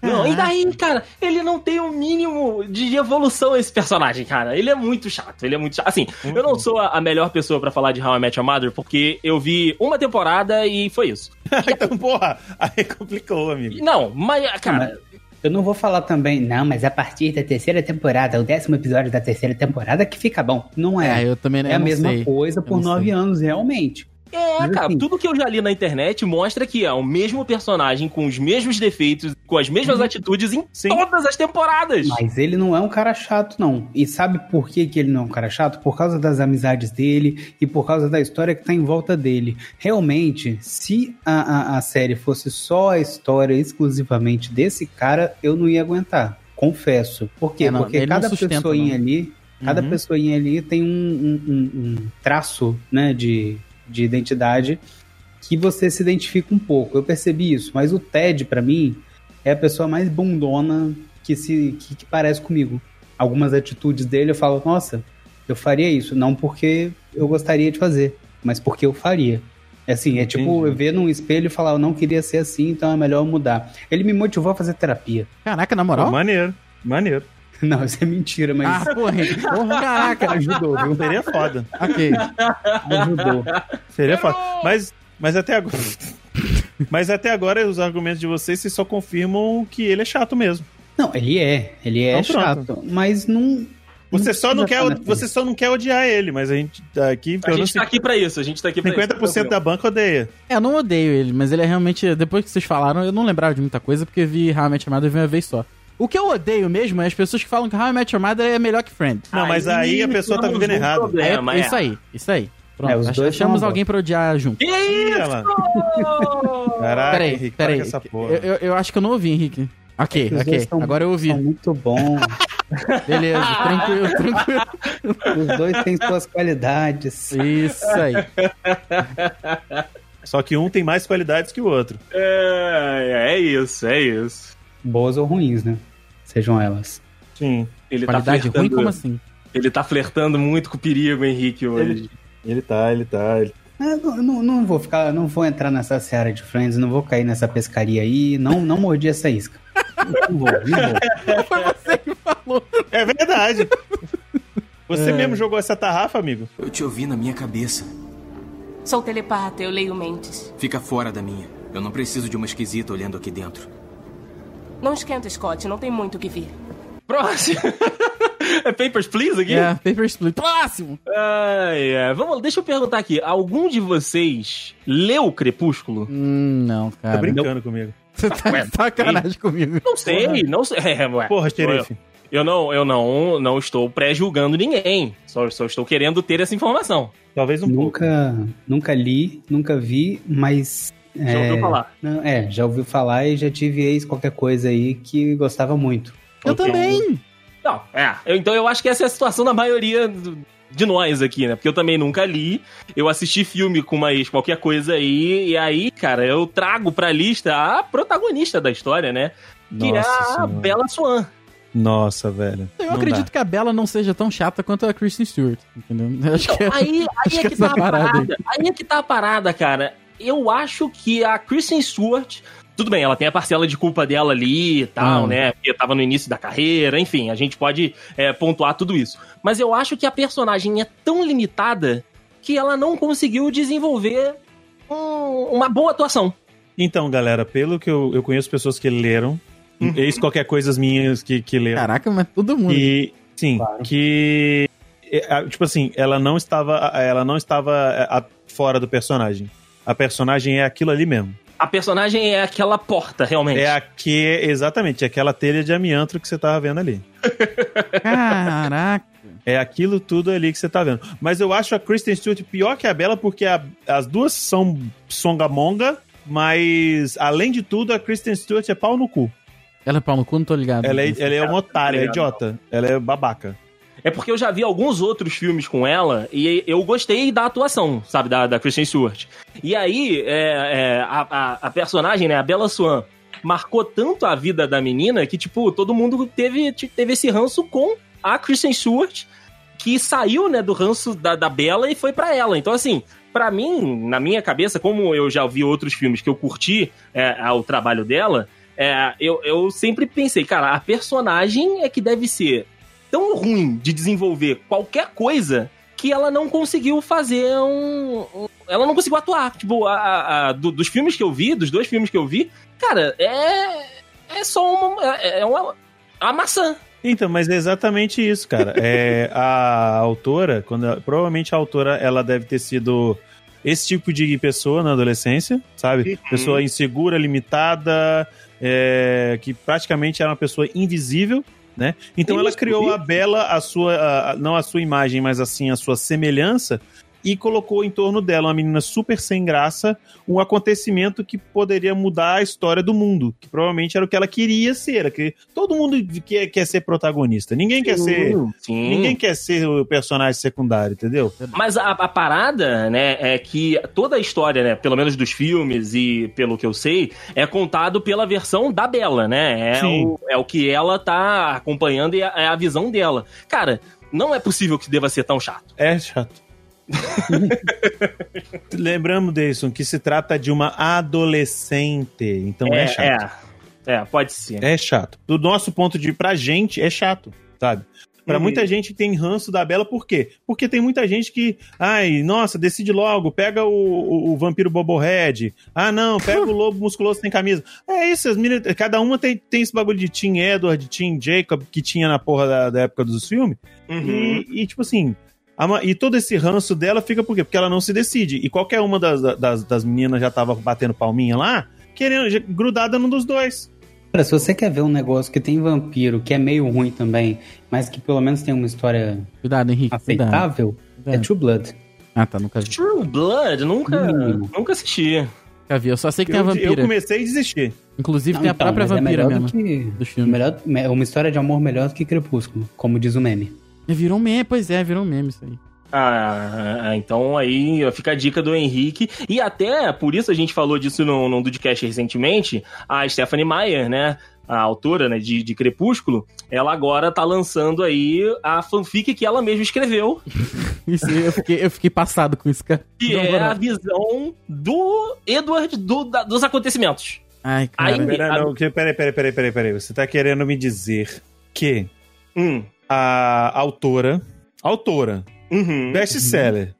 S3: Não, e daí, cara, ele não tem o mínimo de evolução esse personagem, cara. Ele é muito chato, ele é muito chato. Assim, eu
S4: Uhum.
S3: não sou a a melhor pessoa pra falar de How I Met Your Mother, porque eu vi uma temporada e foi isso.
S4: então, porra, aí complicou, amigo.
S3: Não, mas, cara,
S5: Eu não vou falar também, não, mas é a partir da terceira temporada, o décimo episódio da terceira temporada, que fica bom. Não é.
S2: É, eu também
S5: É
S2: eu
S5: a
S2: não
S5: mesma
S2: sei.
S5: coisa
S2: Eu
S5: por
S2: não
S5: nove
S2: sei.
S5: anos, realmente.
S3: é,
S5: Mas
S3: cara,
S5: assim-
S3: tudo que eu já li na internet mostra que é o mesmo personagem com os mesmos defeitos, com as mesmas atitudes em
S4: Sim.
S3: todas as temporadas.
S5: Uhum. Mas ele não é um cara chato, não. E sabe por que, que ele não é um cara chato? Por causa das amizades dele e por causa da história que tá em volta dele. Realmente, se a, a, a série fosse só a história exclusivamente desse cara, eu não ia aguentar. Confesso. Por quê?
S2: É, não,
S5: Porque
S2: ele não
S5: cada
S2: sustenta,
S5: pessoinha
S2: não.
S5: ali. Cada
S4: Uhum.
S5: pessoinha ali tem um, um- um- um traço né, de, de identidade que você se identifica um pouco. Eu percebi isso, mas o Ted, pra mim, é a pessoa mais bundona que se que, que parece comigo. Algumas atitudes dele eu falo, nossa, eu faria isso. Não porque eu gostaria de fazer, mas porque eu faria. É Assim, é tipo eu ver num espelho e falar, eu não queria ser assim, então é melhor eu mudar. Ele me motivou a fazer terapia.
S2: Caraca, na
S4: Pô,
S2: moral?
S4: maneiro, maneiro.
S5: Não, isso é mentira,
S2: ah,
S5: mas
S2: porra, hein? porra, caraca.
S5: ajudou, viu?
S4: Seria foda.
S2: ok.
S4: Ah.
S5: Ajudou.
S4: Seria foda. Mas, mas até agora. mas até agora os argumentos de vocês vocês só confirmam que ele é chato mesmo.
S5: Não, ele é. Ele é
S4: Então pronto.
S5: chato. Mas não.
S4: Você só não quer,
S5: precisa
S4: o-
S5: ficar na
S4: você só não quer odiar ele, mas a gente tá aqui,
S3: A
S4: pelo menos
S3: gente tá aqui pra isso, a gente tá aqui pra
S4: 50%
S3: isso.
S4: da banca odeia.
S2: É, eu não odeio ele, mas ele é realmente. Depois que vocês falaram, eu não lembrava de muita coisa, porque vi How I Met Your Mother uma vez só. O que eu odeio mesmo é as pessoas que falam que How I Met Your Mother é melhor que Friends.
S4: Não, mas aí a pessoa tá
S3: temos
S4: vivendo
S3: um
S4: errado.
S2: É,
S3: Problema, é,
S2: isso aí, isso aí. Pronto,
S5: É, os
S2: ach-
S5: dois são
S2: achamos
S5: uma
S2: alguém pra odiar junto.
S3: Que isso?
S4: Ih, mano. Caraca,
S2: Peraí,
S4: Henrique, para
S2: peraí.
S4: com essa porra.
S2: Eu, eu, eu acho que eu não ouvi, Henrique. Ok,
S5: frente. É Os dois
S2: ok.
S5: são-
S2: Agora eu ouvi.
S5: São muito bom.
S2: Beleza, tranquilo, tranquilo.
S5: Os dois têm suas qualidades.
S2: Isso aí.
S4: Só que um tem mais qualidades que o outro.
S3: É, é isso, é isso.
S5: Boas ou ruins, né? Sejam elas.
S4: Sim.
S3: Ele
S2: Qualidade
S3: tá flertando,
S2: ruim, como assim?
S3: Ele tá flertando muito com o perigo, Henrique, hoje.
S4: Ele tá, ele tá. ele-
S5: Ah, Não, não, não vou ficar, não vou entrar nessa seara de Friends, não vou cair nessa pescaria aí, não, não mordi essa isca. Não vou, não
S3: É
S5: vou.
S2: Foi você que falou.
S4: É verdade. Você mesmo jogou essa tarrafa, amigo?
S7: Eu te ouvi na minha cabeça.
S8: Sou telepata, eu leio mentes.
S7: Fica fora da minha. Eu não preciso de uma esquisita olhando aqui dentro.
S8: Não esquenta, Scott, não tem muito o que vir.
S3: Próximo. é Papers, Please aqui?
S2: É, Paper Split. Próximo!
S3: Ai, ai. Vamos, deixa eu perguntar aqui. Algum de vocês leu Crepúsculo?
S2: Hum, não,
S4: Tá
S2: cara.
S4: brincando comigo.
S2: Você tá de sacanagem comigo.
S3: Não sei, não sei. É, ué.
S4: Porra, xerife.
S3: Eu não, eu não, não estou pré-julgando ninguém. Só, só estou querendo ter essa informação.
S4: Talvez um pouco.
S5: Nunca, nunca li, nunca vi, mas.
S3: Já
S5: é,
S3: ouviu falar?
S5: não, é, já ouvi falar e já tive ex qualquer coisa aí que gostava muito.
S2: Eu
S3: Ok.
S2: também!
S3: Não, é. Eu- Então eu acho que essa é a situação da maioria do- de nós aqui, né? Porque eu também nunca li. Eu assisti filme com uma ex, qualquer coisa aí. E aí, cara, eu trago pra lista a protagonista da história, né? Que é a
S4: Nossa, senhora.
S3: Bella Swan.
S4: Nossa, velho.
S2: Eu
S4: Não
S2: acredito
S4: dá.
S2: que a Bela não seja tão chata quanto a Kristen Stewart, entendeu? Eu Acho que é.
S3: Aí, aí
S2: Acho
S3: é
S2: que
S3: que
S2: essa
S3: tá a
S2: parada aí.
S3: parada. Aí é que tá a parada, cara. Eu acho que a Kristen Stewart. Tudo bem, ela tem a parcela de culpa dela ali e tal,
S2: Ah.
S3: né? Porque tava no início da carreira, enfim, a gente pode é, pontuar tudo isso. Mas eu acho que a personagem é tão limitada que ela não conseguiu desenvolver um- uma boa atuação.
S4: Então, galera, pelo que eu, eu conheço pessoas que leram,
S2: Uhum.
S4: ex qualquer coisa minhas que, que leram.
S2: Caraca, mas todo mundo.
S4: E sim, que é, a- tipo assim, ela não estava ela não estava é, a- a- fora do personagem. A personagem é aquilo ali mesmo.
S3: A personagem é aquela porta, realmente.
S4: É a que exatamente, é aquela telha de amianto que você tava vendo ali.
S2: Caraca.
S4: É aquilo tudo ali que você tá vendo. Mas eu acho a Kristen Stewart pior que a Bela porque a- as duas são songamonga, mas além de tudo a Kristen Stewart é pau no cu.
S2: Ela é pau no cu, não tô ligado.
S4: Ela é, ela é uma otária, é
S3: Obrigado.
S4: idiota, ela é babaca.
S3: É porque eu já vi alguns outros filmes com ela e eu gostei da atuação, sabe, da, da Kristen Stewart. E aí, é, é, a, a- a personagem, né, a Bella Swan, marcou tanto a vida da menina que, tipo, todo mundo teve, te- teve esse ranço com a Kristen Stewart que saiu, né, do ranço da, da Bela e foi pra ela. Então, assim, pra mim, na minha cabeça, como eu já vi outros filmes que eu curti é, o trabalho dela, é, eu, eu sempre pensei, cara, a personagem é que deve ser tão ruim de desenvolver qualquer coisa que ela não conseguiu fazer um. um- ela não conseguiu atuar. Tipo, a- a- a- do- dos filmes que eu vi, dos dois filmes que eu vi, cara, é. É só uma. É, é uma. A maçã.
S4: Então, mas é exatamente isso, cara. É, a autora, quando ela- provavelmente a autora, ela deve ter sido esse tipo de pessoa na adolescência, sabe? Pessoa insegura, limitada, é, que praticamente era uma pessoa invisível, né? Então ela criou a Bela, a sua, a- a- não a sua imagem, mas assim a sua semelhança e colocou em torno dela uma menina super sem graça, um acontecimento que poderia mudar a história do mundo, que provavelmente era o que ela queria ser, era que todo mundo quer, quer ser protagonista, ninguém quer ser,
S3: Sim.
S4: ninguém quer ser o personagem secundário, entendeu?
S3: Mas a, a parada, né, é que toda a história, né, pelo menos dos filmes e pelo que eu sei, é contado pela versão da Bela, né? É,
S4: Sim.
S3: o, é o que ela tá acompanhando e a- é a visão dela. Cara, não é possível que deva ser tão chato.
S4: É chato. Lembramos, Deison, que se trata de uma adolescente, então é, chato.
S3: É, é, pode ser.
S4: É chato. Do nosso ponto de pra gente, é chato, sabe? Pra
S3: Uhum.
S4: muita gente tem ranço da Bela, por quê? Porque tem muita gente que, ai, nossa, decide logo, pega o, o, o vampiro Bobohead, ah não, pega o lobo musculoso sem camisa. É isso, as meninas, cada uma tem, tem esse bagulho de Tim Edward, Tim Jacob, que tinha na porra da, da época dos filmes,
S3: Uhum.
S4: e, e, tipo assim, a ma- e todo esse ranço dela fica por quê? Porque ela não se decide. E qualquer uma das, das, das meninas já tava batendo palminha lá, querendo, já- grudada num dos dois.
S5: Cara, se você quer ver um negócio que tem vampiro, que é meio ruim também, mas que pelo menos tem uma história
S2: Cuidado, Henrique. Cuidado.
S5: aceitável, é
S2: cuidado.
S5: True Blood.
S2: Ah, tá. Nunca vi.
S3: True Blood, nunca,
S5: Hum.
S3: nunca assisti.
S2: Nunca vi. Eu só sei que tem a
S4: Eu, eu
S2: vampira.
S4: comecei a desistir.
S2: Inclusive
S5: Não,
S2: tem a
S5: então,
S2: própria
S5: mas é
S2: vampira
S5: melhor
S2: mesmo.
S5: do que-
S2: Dos filmes.
S5: melhor- me- uma história de amor melhor do que Crepúsculo, como diz o meme.
S2: Virou um meme, pois é, virou um meme isso aí.
S3: Ah, então aí fica a dica do Henrique. E até por isso a gente falou disso no, no Dudcast recentemente. A Stephanie Meyer, né? A autora né, de, de Crepúsculo, ela agora tá lançando aí a fanfic que ela mesma escreveu,
S2: Isso, eu, fiquei, eu fiquei passado com isso, cara.
S3: que
S2: Não,
S3: é
S2: não.
S3: a visão do Edward do- da- dos acontecimentos.
S2: Ai, cara.
S3: Aí-
S4: Pera, não, que- peraí, peraí, peraí, peraí, peraí. Você tá querendo me dizer que
S3: Hum.
S4: a autora, autora,
S3: Uhum.
S4: best-seller,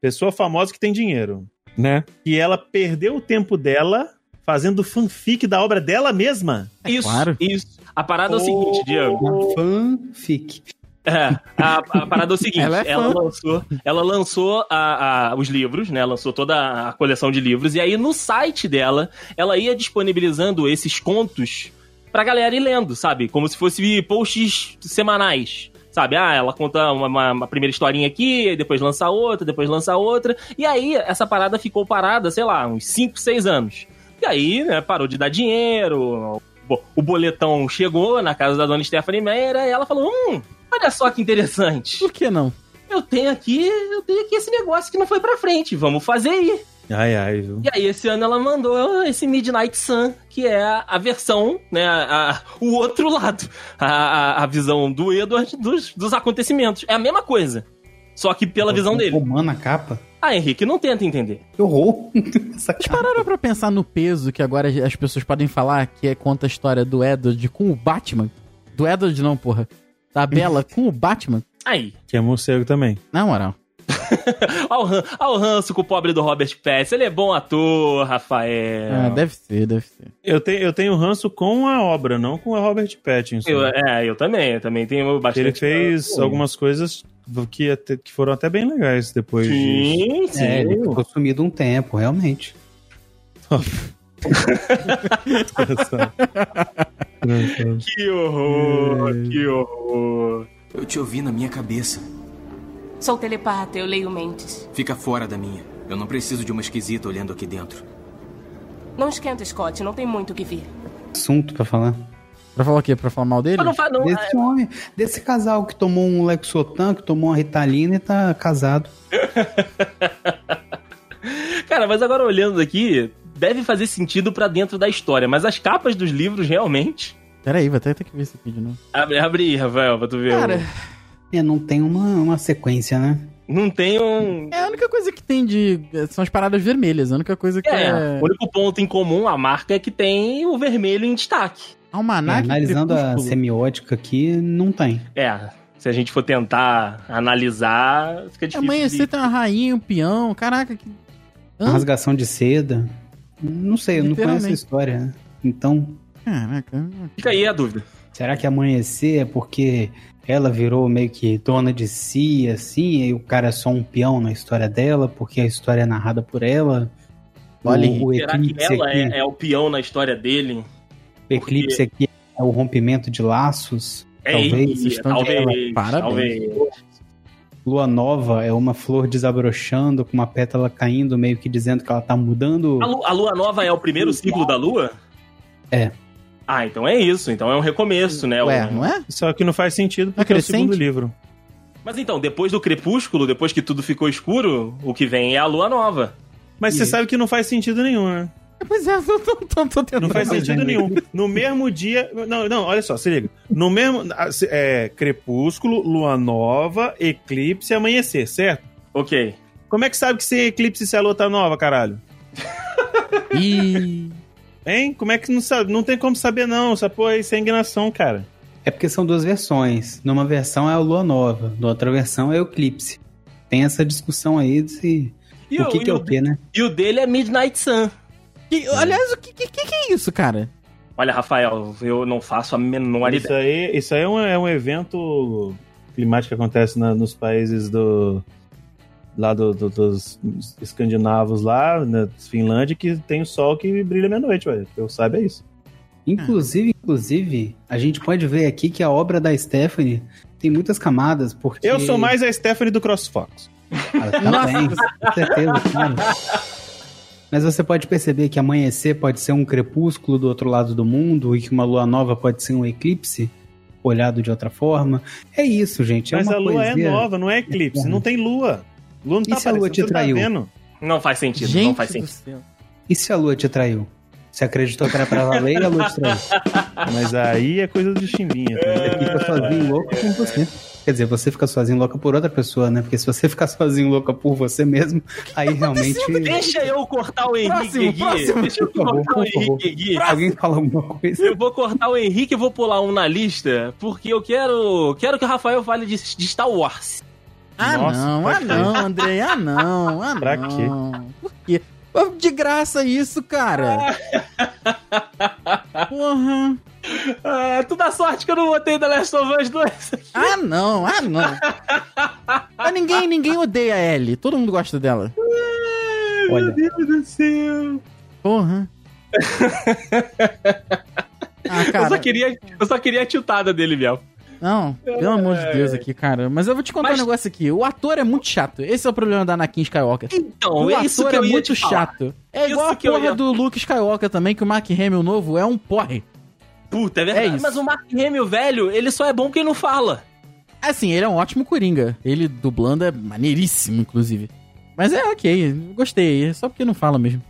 S4: pessoa famosa que tem dinheiro, né? E ela perdeu o tempo dela fazendo fanfic da obra dela mesma.
S3: Isso,
S2: claro.
S3: isso. A parada é o seguinte, Diego.
S5: Uma fanfic.
S3: É, a, a parada é o seguinte,
S2: Ela
S3: ela,
S2: é fã.
S3: lançou, ela lançou a- a- os livros, né? Lançou toda a coleção de livros, e aí no site dela, ela ia disponibilizando esses contos pra galera ir lendo, sabe? Como se fosse posts semanais. Sabe, ah, ela conta uma, uma- uma primeira historinha aqui, aí depois lança outra, depois lança outra. E aí, essa parada ficou parada, sei lá, uns 5, 6 anos. E aí, né, parou de dar dinheiro. bo- O boletão chegou na casa da dona Stephanie Meyer e ela falou: hum, Olha só que interessante.
S2: Por que não?
S3: Eu tenho aqui, eu tenho aqui esse negócio que não foi pra frente. Vamos fazer aí.
S4: Ai, ai, viu?
S3: E aí esse ano ela mandou esse Midnight Sun, que é a, a versão, né, a- a- o outro lado, a, a- a visão do Edward dos, dos acontecimentos. É a mesma coisa, só que pela visão dele.
S5: Romana um capa.
S3: Ah, Henrique, não tenta entender.
S5: Que horror. Essa
S2: Vocês
S5: capa.
S2: pararam pra pensar no peso que agora as pessoas podem falar que é conta a história do Edward com o Batman? Do Edward não, porra. Da Bela com o Batman?
S3: Aí,
S4: Que é morcego também.
S2: Na moral.
S3: ao, ran- ao ranço com o pobre do Robert Pattinson. Ele é bom ator, Rafael.
S2: Ah, deve ser, deve ser.
S4: Eu, te, eu tenho ranço com a obra, não com o Robert Pattinson.
S3: eu, é, eu também, eu também tenho bastante...
S4: Ele fez
S3: tipo-
S4: algumas coisas que, até- que foram até bem legais depois disso.
S3: Sim, sim.
S5: É, ele ficou sumido um tempo, realmente.
S3: Que horror, que horror.
S7: Eu te ouvi na minha cabeça.
S8: Sou telepata, eu leio mentes.
S7: Fica fora da minha. Eu não preciso de uma esquisita olhando aqui dentro.
S8: Não esquenta, Scott, não tem muito o que vir.
S5: Assunto pra falar.
S2: Pra falar o quê? Pra falar mal dele?
S3: Eu não falo, não.
S5: Desse homem, desse casal que tomou um Lexotan, que tomou uma Ritalina e tá casado.
S3: Cara, mas agora olhando aqui, deve fazer sentido pra dentro da história, mas as capas dos livros realmente.
S2: Pera aí, vou até ter que ver isso aqui de novo.
S3: Abre, abre aí, Rafael, pra tu ver.
S2: né? Cara,
S5: É, não tem uma, uma sequência, né?
S3: Não tem um.
S2: É a única coisa que tem de. São as paradas vermelhas. A única coisa que
S3: É,
S2: é.
S3: o único ponto em comum, a marca é que tem o vermelho em destaque.
S2: Almanac.
S5: É, analisando a
S2: Crepúsculo.
S5: semiótica aqui, não tem.
S3: É, se a gente for tentar analisar, fica difícil.
S2: É, Amanhecer
S3: de-
S2: tem uma rainha, um peão. Caraca, que.
S5: A
S2: Hã?
S5: rasgação de seda. Não sei, eu não conheço a
S2: Literalmente.
S5: história. né? Então,
S2: Caraca.
S3: Fica aí a dúvida.
S5: será que amanhecer é porque ela virou meio que dona de si, assim, e o cara é só um peão na história dela, porque a história é narrada por ela?
S2: Olha,
S5: o, o
S3: Será que
S5: eclipse,
S3: ela
S5: aqui,
S3: é, é o peão na história dele?
S5: o eclipse aqui é o rompimento de laços.
S3: É
S5: Talvez,
S3: isso,
S5: estão-
S3: talvez,
S2: Parabéns.
S3: talvez.
S5: Lua nova é uma flor desabrochando, com uma pétala caindo, meio que dizendo que ela tá mudando.
S3: A, lu- a lua nova é o primeiro ciclo da lua?
S5: É.
S3: Ah, então é isso. Então é um recomeço, né?
S2: Ué,
S3: Um-
S2: não é?
S4: Só que não faz sentido porque é o
S2: Acrescente?
S4: segundo livro.
S3: Mas então, depois do crepúsculo, depois que tudo ficou escuro, o que vem é a lua nova.
S4: Mas
S5: E
S4: você
S5: aí?
S4: sabe que não faz sentido nenhum, né?
S2: Pois é, eu tô, tô, tô, tô tentando.
S4: Não faz
S5: Não,
S4: sentido
S5: não.
S4: nenhum. No mesmo dia. Não, não, olha só, se liga. No mesmo. ah, se- É, crepúsculo, lua nova, eclipse e amanhecer, certo?
S3: Ok.
S4: Como é que sabe que se é eclipse se a lua tá nova, caralho?
S2: Ih,
S4: Hein? Como é que não sabe? Não tem como saber, não. Essa porra aí, isso é enganação, cara.
S5: É porque são duas versões. Numa versão é a lua nova, na outra versão é o eclipse. Tem essa discussão aí de se-
S3: E
S5: o que,
S3: e
S5: que é o quê, né?
S3: e o dele é Midnight Sun.
S2: que- aliás, o que, que, que é isso, cara?
S3: Olha, Rafael, eu não faço a menor
S4: Isso
S3: ideia.
S4: aí, isso aí é, um, é um evento climático que acontece na- nos países do. lá do- do- dos escandinavos, lá na Finlândia, que tem o sol que brilha meia-noite, velho. Eu sabe, é isso.
S5: Inclusive, inclusive, a gente pode ver aqui que a obra da Stephanie tem muitas camadas, porque...
S4: Eu sou mais a Stephanie do CrossFox.
S5: Ah, tá
S2: Nossa.
S5: bem, com certeza, claro. Mas você pode perceber que amanhecer pode ser um crepúsculo do outro lado do mundo e que uma lua nova pode ser um eclipse olhado de outra forma. É isso, gente. É
S4: Mas
S5: uma
S4: a lua
S5: poesia.
S4: é nova, não é eclipse.
S5: eterna.
S4: Não tem lua. Lua não
S5: E
S4: tá
S5: se a lua
S4: aparecendo,
S5: te
S4: você
S5: traiu?
S4: Tá vendo.
S3: Não faz sentido,
S2: Gente
S3: não faz
S2: do
S3: sentido.
S2: céu.
S5: E se a lua te traiu? Você acreditou que era pra valer e a lua te traiu?
S4: Mas aí é coisa de chimbinha.
S3: É,
S5: Você
S4: Tá?
S5: fica sozinho louco por você. Quer dizer, você fica sozinho louca por outra pessoa, né? Porque se você ficar sozinho louca por você mesmo, aí realmente.
S3: Deixa eu cortar o Henrique
S2: Próximo,
S3: Gui.
S2: próximo.
S3: Deixa eu
S5: Por favor,
S3: cortar o
S5: por favor.
S3: Henrique Gui.
S5: Alguém fala alguma coisa?
S3: Eu vou cortar o Henrique e vou pular um na lista, porque eu quero, quero que o Rafael fale de, de Star Wars.
S2: Ah,
S4: Nossa,
S2: não,
S4: pra
S2: ah,
S4: quê?
S2: não, Andrei, ah, não, ah,
S4: Pra
S2: não. Por quê? Pô, De graça isso, cara. Porra.
S3: Ah, tu dá sorte que eu não botei The Last of Us 2.
S2: Ah, não, ah, não. Mas ninguém, ninguém odeia a Ellie. Todo mundo gosta dela.
S5: Olha,
S3: Meu Deus do céu.
S2: Porra. Ah,
S3: Eu só
S2: cara.
S3: queria, eu só queria a tiltada dele, Biel.
S2: Não, pelo amor
S4: É.
S2: de Deus aqui, cara. Mas eu vou te contar
S3: Mas-
S2: um negócio aqui. O ator é muito chato. Esse é o problema da Anakin Skywalker.
S3: Então,
S2: o
S3: é isso
S2: ator
S3: que
S2: é
S3: eu ia
S2: muito
S3: te falar.
S2: chato. É
S3: Isso
S2: igual a
S3: que eu
S2: porra
S3: ia-
S2: do Luke Skywalker também, que o Mark Hamill novo é um porre.
S3: Puta, é verdade.
S2: É isso.
S3: Mas o Mark Hamill velho, ele só é bom quem não fala.
S2: Assim, ele é um ótimo Coringa. Ele dublando é maneiríssimo, inclusive. Mas é ok, gostei. É Só porque não fala mesmo.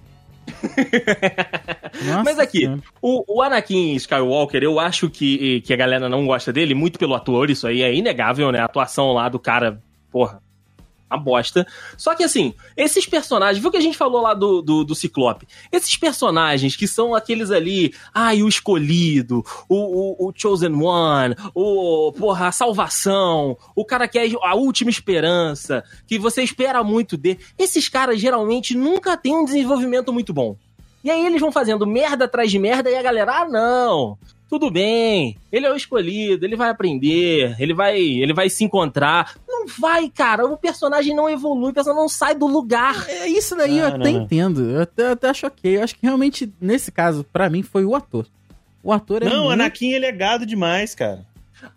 S2: Nossa
S3: Mas aqui,
S2: senhora.
S3: O, o Anakin Skywalker, eu acho que, que a galera não gosta dele, muito pelo ator, isso aí é inegável, né? A atuação lá do cara, porra, uma bosta. Só que assim, esses personagens, viu o que a gente falou lá do, do, do Ciclope? Esses personagens que são aqueles ali, ai, o escolhido, o, o, o Chosen One, o, porra, a salvação, o cara que é a última esperança, que você espera muito de. Esses caras geralmente nunca têm um desenvolvimento muito bom. E aí eles vão fazendo merda atrás de merda e a galera, ah, não, tudo bem, ele é o escolhido, ele vai aprender, ele vai, ele vai se encontrar. Não vai, cara, o personagem não evolui, o personagem não sai do lugar.
S2: É, Isso daí eu
S4: Não,
S2: até
S4: não, não.
S2: entendo. Eu até, eu até acho ok. Eu acho que realmente, nesse caso, pra mim, foi o ator. O ator é
S4: Não,
S2: muito...
S4: Anakin ele é gado demais, cara.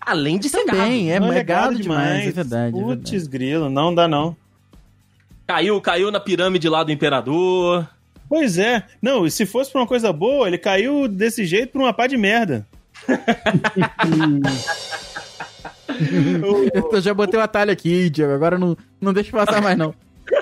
S3: Além de ser
S2: Também,
S3: gado.
S2: é,
S4: Não, ele
S2: é gado demais, é verdade. é verdade.
S4: Putz, grilo, não dá não.
S3: Caiu, caiu na pirâmide lá do imperador.
S4: Pois é. Não, e se fosse pra uma coisa boa, ele caiu desse jeito pra uma pá de merda.
S2: Eu já botei o atalho aqui, Diego. Agora não, não deixa passar mais, não.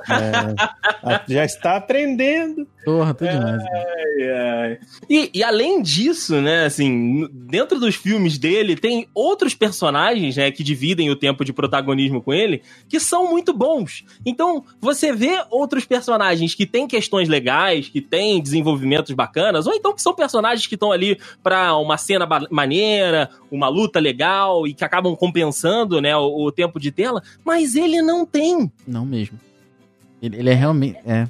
S4: Ah, Já está aprendendo.
S2: Porra, tô demais. né?
S3: Ai, ai. E, e além disso, né, assim, n- dentro dos filmes dele, tem outros personagens, né, que dividem o tempo de protagonismo com ele, que são muito bons. Então, você vê outros personagens que têm questões legais, que têm desenvolvimentos bacanas, ou então que são personagens que estão ali pra uma cena ba- maneira, uma luta legal, e que acabam compensando, né, o, o tempo de tela, mas ele não tem.
S2: Não mesmo. Ele, ele é realmente. É.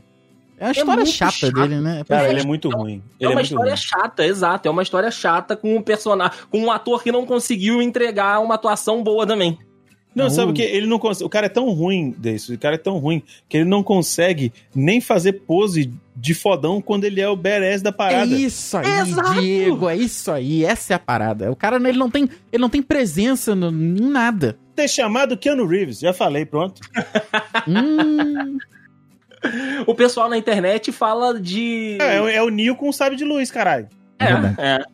S2: É uma história
S3: muito
S2: chata
S3: chato.
S2: dele, né?
S4: Cara, ele é muito ruim.
S3: É
S4: Ele
S3: uma
S4: muito
S3: história
S4: ruim.
S3: chata, exato. É uma história chata com um personagem, com um ator que não conseguiu entregar uma atuação boa também.
S4: Não, sabe
S2: Ruim.
S4: o que? Ele não consegue. O cara é tão ruim desse, o cara é tão ruim que ele não consegue nem fazer pose de fodão quando ele é o badass da
S2: É
S4: parada.
S2: isso aí,
S3: Exato.
S2: Diego. É isso aí. Essa é a parada. O cara ele não tem, ele não tem presença no, em nada.
S4: Ter chamado Keanu Reeves, já falei, pronto.
S2: Hum,
S3: O pessoal na internet fala de.
S4: É, é o- é o Neo com o sabre de luz, caralho.
S3: É, é.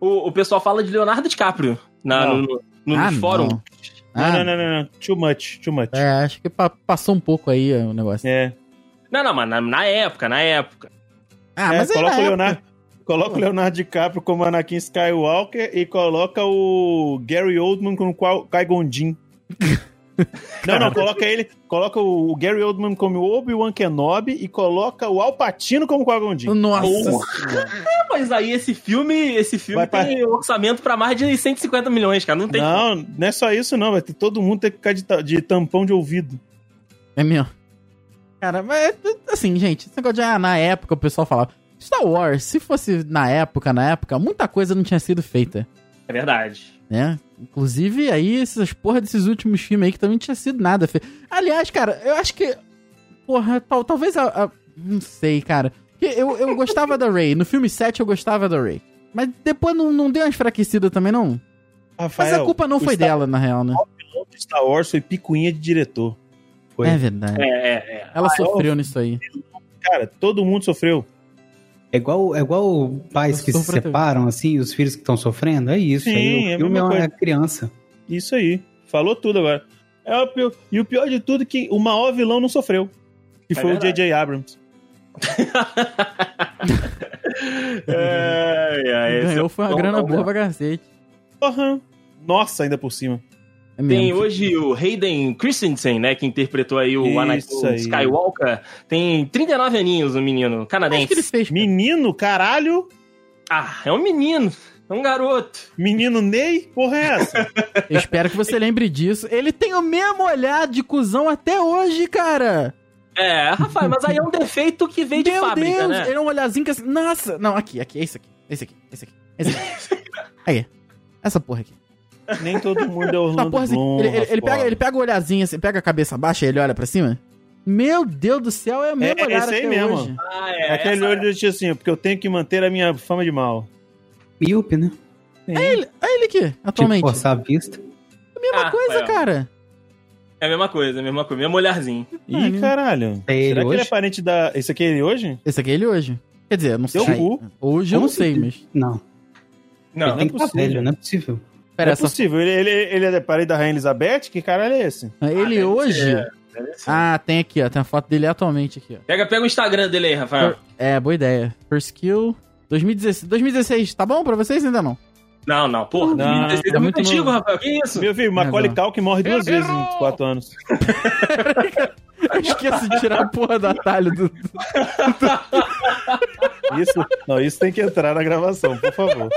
S3: O, o pessoal fala de Leonardo DiCaprio na,
S4: Não.
S3: no, no, no
S2: Ah,
S3: nos fóruns.
S2: não.
S4: Não,
S2: Ah,
S4: não, não, não, não. Too much, too much.
S2: É, acho que pa- passou um pouco aí é, o negócio.
S4: É.
S3: Não, não, mas na, na época, na época.
S2: Ah,
S4: É,
S2: mas ele na
S4: coloca, o
S2: época-
S4: Leonardo, coloca o Leonardo DiCaprio como Anakin Skywalker e coloca o Gary Oldman como Qua- Qui-Gon Jinn. Não, não, coloca ele, coloca o Gary Oldman como Obi-Wan Kenobi e coloca o Al Pacino como Qui-Gon Jinn.
S2: Nossa.
S3: É, mas aí esse filme, esse filme
S4: Vai pra-
S3: tem orçamento pra mais de 150 milhões, cara. Não tem.
S4: Não, não é só isso não, vai ter todo mundo ter que ficar de, ta- de tampão de ouvido.
S2: É meu. Cara, mas assim, gente, esse negócio de ah, na época o pessoal falava. Star Wars, se fosse na época, na época, muita coisa não tinha sido feita,
S3: É verdade.
S2: né? Inclusive aí essas porra desses últimos filmes aí que também não tinha sido nada feito. Aliás, cara, eu acho que porra, tal- talvez a, a- não sei, cara. Porque Eu, eu gostava da Ray, no filme 7 eu gostava da Ray. Mas depois não, não deu uma enfraquecida também não. Mas
S4: Rafael,
S2: a culpa não
S4: o
S2: foi
S4: Star-
S2: dela, na real, né?
S4: O Star Wars foi picuinha de diretor. Foi.
S2: É verdade.
S3: É, é, é.
S2: Ela sofreu nisso aí.
S4: Cara, todo mundo sofreu.
S5: É igual, é igual pais que se
S2: Sofra também.
S5: separam, assim, os filhos que estão sofrendo. É isso.
S4: Sim,
S5: aí, o
S4: é a
S5: filme
S4: mesma
S5: é uma
S4: coisa.
S5: criança.
S4: Isso aí. Falou tudo agora. É o pior- e o pior de tudo é que o maior vilão não sofreu. Que
S3: É
S4: foi
S3: verdade.
S4: o J.J. Abrams. É,
S3: ai, ai, esse é
S2: Ganhou
S3: o
S2: foi uma
S3: bom,
S2: grana
S3: não,
S2: boa pra cacete.
S4: Porra. Nossa, ainda por cima.
S2: É
S3: Tem
S2: mesmo.
S3: hoje o Hayden Christensen, né, que interpretou aí o
S4: Isso
S3: Anakin
S4: aí.
S3: Skywalker. Tem 39 aninhos o menino
S2: Acho que ele
S3: canadense.
S2: fez. cara.
S4: Menino, caralho.
S3: Ah, é um menino, é um garoto.
S4: Menino Ney, porra é essa?
S2: Eu espero que você lembre disso. Ele tem o mesmo olhar de cuzão até hoje, cara.
S3: É, Rafael, mas aí é um defeito que veio de
S2: Meu
S3: fábrica,
S2: Deus,
S3: né?
S2: ele é um olhazinho que assim. Nossa! Não, aqui, aqui, é isso aqui. Esse aqui, esse aqui, esse aqui. Aí. Essa porra aqui.
S4: Nem todo mundo é
S2: Essa
S4: Orlando
S2: porra assim.
S4: Bloom,
S2: ele, ele- ele
S4: Rafael.
S2: pega, ele pega o olhazinho assim, pega a cabeça baixa e ele olha pra cima. Meu Deus do céu, é o mesmo
S4: É, é
S2: olhar
S4: esse aí
S2: até
S4: mesmo.
S2: hoje.
S3: Ah,
S4: É
S3: é,
S4: Aquele
S3: essa-
S4: olho do tio assim, porque eu tenho que manter a minha fama de mal.
S5: Míope, né?
S2: É ele aqui,
S5: Tipo,
S2: atualmente. É
S5: forçar a vista.
S2: a mesma
S3: Ah,
S2: coisa,
S3: Rafael.
S2: cara.
S3: é a mesma coisa, é a mesma coisa, mesmo olharzinho.
S2: Ah,
S4: Ih,
S2: ele-
S4: caralho.
S5: É ele
S4: Será que ele é
S5: hoje?
S4: parente da... Esse aqui é ele hoje?
S2: Esse aqui é ele hoje. Quer dizer, eu não sei.
S4: Seu cu.
S2: Hoje eu
S5: Como
S2: não sei,
S5: assim?
S2: mas.
S5: Não,
S3: Não,
S5: ele tem que estar
S4: possível.
S5: velho, não é possível.
S4: Não
S2: Pera,
S4: é
S2: essa
S4: possível. Ele, ele, ele é parente da Rainha Elizabeth? Que caralho é esse?
S2: Ele
S3: deve
S2: hoje.
S3: ser, deve ser.
S2: Ah, tem aqui, ó. Tem a foto dele atualmente aqui, ó.
S3: Pega, pega o Instagram dele aí, Rafael.
S2: É, boa ideia. First Kill. 2016, 2016, tá bom pra vocês? Ainda não.
S3: Não, não, porra.
S4: Não,
S3: 2016
S2: é
S3: é muito
S2: muito
S3: antigo,
S2: novo.
S3: Rafael. Que isso?
S4: Meu filho, Macaulay
S2: Agora.
S4: Culkin morre duas vezes em 4 anos.
S2: Eu esqueço de tirar a porra do atalho do.
S4: Isso, não, isso tem que entrar na gravação, por favor.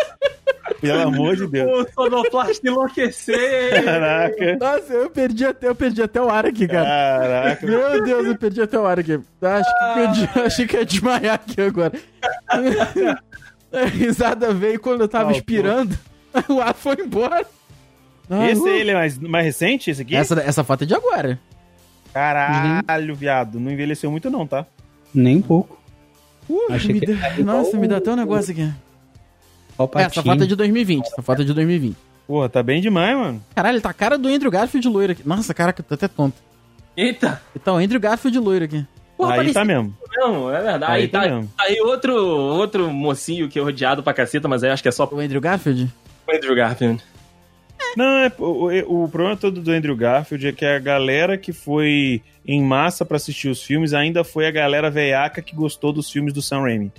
S4: Pelo amor de Deus.
S3: O sonoplasta enlouquecer.
S4: Caraca.
S2: Nossa, eu perdi até, eu perdi até o ar aqui, cara.
S4: Caraca. Ah.
S2: Meu Deus, eu perdi até o ar aqui. Acho que, perdi, achei que ia desmaiar aqui agora. A risada veio quando eu tava
S4: Faltou.
S2: expirando, o ar foi embora. Ah,
S4: Esse
S2: uh.
S4: aí, ele é mais, mais recente, esse aqui?
S2: essa, essa foto é de agora.
S4: Caralho, viado. Não envelheceu muito, não, tá?
S5: Nem um pouco.
S2: Uh,
S5: Achei
S2: me
S5: que-
S2: dá- Nossa, me dá até um negócio aqui.
S5: Ó o
S2: É, Essa
S5: patinho.
S2: foto é de 2020. Essa foto é de 2020.
S4: Porra, tá bem demais, mano.
S2: Caralho, tá a cara do Andrew Garfield loiro aqui. Nossa, caraca, eu tô até tonto.
S3: Eita.
S2: Então, Andrew Garfield loiro aqui.
S3: Porra,
S4: aí
S3: parecia
S4: tá mesmo.
S3: mesmo, é verdade. Aí,
S4: Aí tá
S3: tá,
S4: mesmo.
S3: tá aí outro, outro mocinho que é rodeado pra caceta, mas aí acho que é só
S2: O Andrew Garfield?
S3: o Andrew Garfield.
S4: Não, é, o, o problema todo do Andrew Garfield é que a galera que foi em massa pra assistir os filmes ainda foi a galera veiaca que gostou dos filmes do Sam Raimi.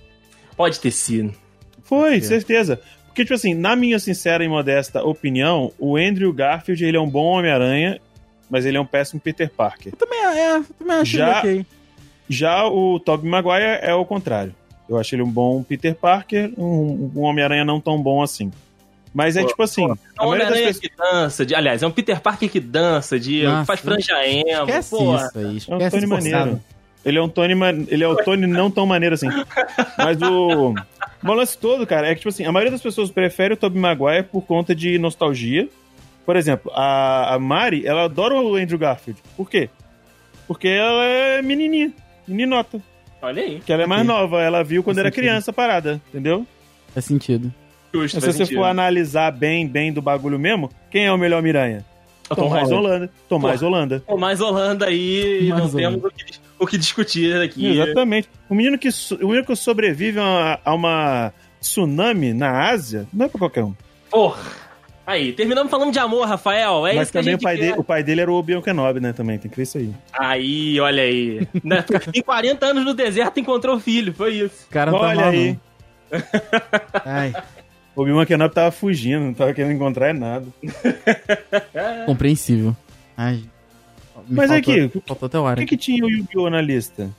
S3: Pode ter sido.
S4: Foi, certeza. Porque, tipo assim, na minha sincera e modesta opinião, o Andrew Garfield ele é um bom Homem-Aranha, mas ele é um péssimo Peter Parker.
S2: Também, é, também acho
S4: Já-
S2: ok.
S4: Já o Tobey Maguire é o contrário. Eu acho ele um bom Peter Parker, um, um Homem-Aranha não tão bom assim. Mas é
S3: Pô,
S4: tipo assim,
S3: É um
S4: a maioria das
S3: Homem-Aranha
S4: pessoas...
S3: que dança, de, aliás, é um Peter Parker que dança, de
S2: Nossa,
S3: faz franja emo,
S2: Esquece
S3: pô.
S2: isso aí,
S4: É um
S2: esquece
S4: Tony
S2: isso.
S4: maneiro. Ele é um Tony, man- ele é o Tony não tão maneiro assim. Mas o, o lance todo, cara, é que tipo assim, a maioria das pessoas prefere o Tobey Maguire por conta de nostalgia. Por exemplo, a, a Mari, ela adora o Andrew Garfield. Por quê? Porque ela é menininha, meninota,
S3: Olha aí.
S4: que ela é mais
S2: Ok.
S4: nova, ela viu quando
S2: Faz
S4: era
S2: sentido.
S4: criança a parada, entendeu?
S2: Faz sentido.
S3: Justo,
S4: Mas se
S3: faz
S4: você
S3: sentido.
S4: for analisar bem, bem do bagulho mesmo, quem é o melhor Miranha?
S3: Ó, Tom
S4: Tomás
S3: Holland.
S4: Holanda. Tomás Holanda.
S3: Tomás Holanda aí, e
S2: Tomás
S3: não
S2: Holanda.
S3: temos o que, o que discutir aqui.
S4: Exatamente. O menino que, so- o único que sobrevive a uma, a uma tsunami na Ásia não é pra qualquer um.
S3: Porra. Aí, terminamos falando de amor, Rafael. É
S4: Mas
S3: isso que a
S4: também
S3: gente
S4: o pai,
S3: quer.
S4: dele, o pai dele era o Obi-Wan Kenobi, né? Também tem que ver isso aí.
S3: Aí, olha aí. Na- em 40 anos no deserto encontrou o filho, foi isso.
S2: O cara não tá
S4: Olha
S2: mal,
S4: aí.
S2: não. Ai,
S4: O Obi-Wan Kenobi tava fugindo, não tava querendo encontrar nada.
S2: compreensível. Ai, me
S4: Mas
S2: faltou-
S4: aqui, o
S2: Faltou até o ar.
S4: que, que tinha o Yu-Gi-Oh! na lista?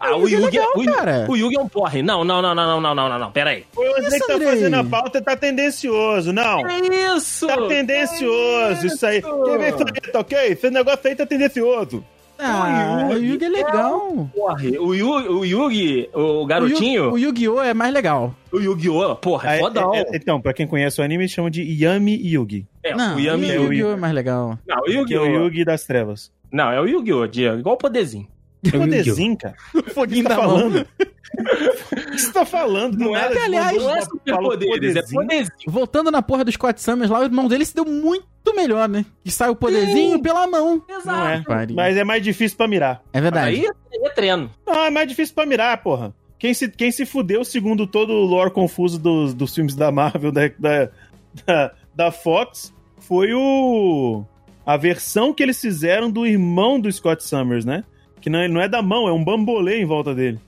S3: Ah, o
S2: Mas é
S3: Yugi,
S2: legal,
S3: o, Yu-
S2: cara.
S3: o Yugi é um porre. Não, não, não, não, não, não, não, não, não. Pera aí.
S4: Foi você
S2: isso,
S4: que tá
S2: Andrei?
S4: fazendo a pauta, tá tendencioso. Não,
S3: É isso!
S4: tá tendencioso isso aí. Quer ver isso tá ok? Esse negócio aí tá tendencioso.
S2: Ah, o Yugi é legal.
S3: Porre. O, Yu, o Yugi, o garotinho,
S2: O Yu- o Yu-Gi-Oh! é mais legal.
S3: o Yu-Gi-Oh! Porra, é
S4: Aí,
S3: fodão.
S4: é- é- então, pra quem conhece o anime, chama de Yami Yugi.
S3: É,
S2: Não,
S3: o Yami
S4: é o
S2: Yu-Gi-Oh! é mais legal.
S3: Não, o
S4: Que é o
S3: Yu-Gi-Oh!
S4: Yugi das Trevas.
S3: Não, é o Yu-Gi-Oh! Diego, igual o poderzinho.
S4: Que poderzinho, cara.
S2: Foguinho
S4: tá falando? O que você tá falando? Do
S3: Não é,
S4: nada,
S3: que, aliás, não
S4: mandou
S3: é
S4: uma- falou
S3: superpoderes, é
S4: poderzinho.
S3: poderzinho.
S2: Voltando na porra do Scott Summers lá, o irmão dele se deu muito melhor, né? Que sai o poderzinho pela mão.
S4: Não é.
S3: Exato.
S2: Pariu.
S4: Mas é mais difícil pra mirar.
S2: É verdade.
S3: Aí aí é treino.
S4: Não, é mais difícil pra mirar, porra. Quem se, quem se fudeu, segundo todo o lore confuso dos, dos filmes da Marvel, da, da, da, da Fox, foi o. A versão que eles fizeram do irmão do Scott Summers, né? Que não, é- não é da mão, é um bambolê em volta dele.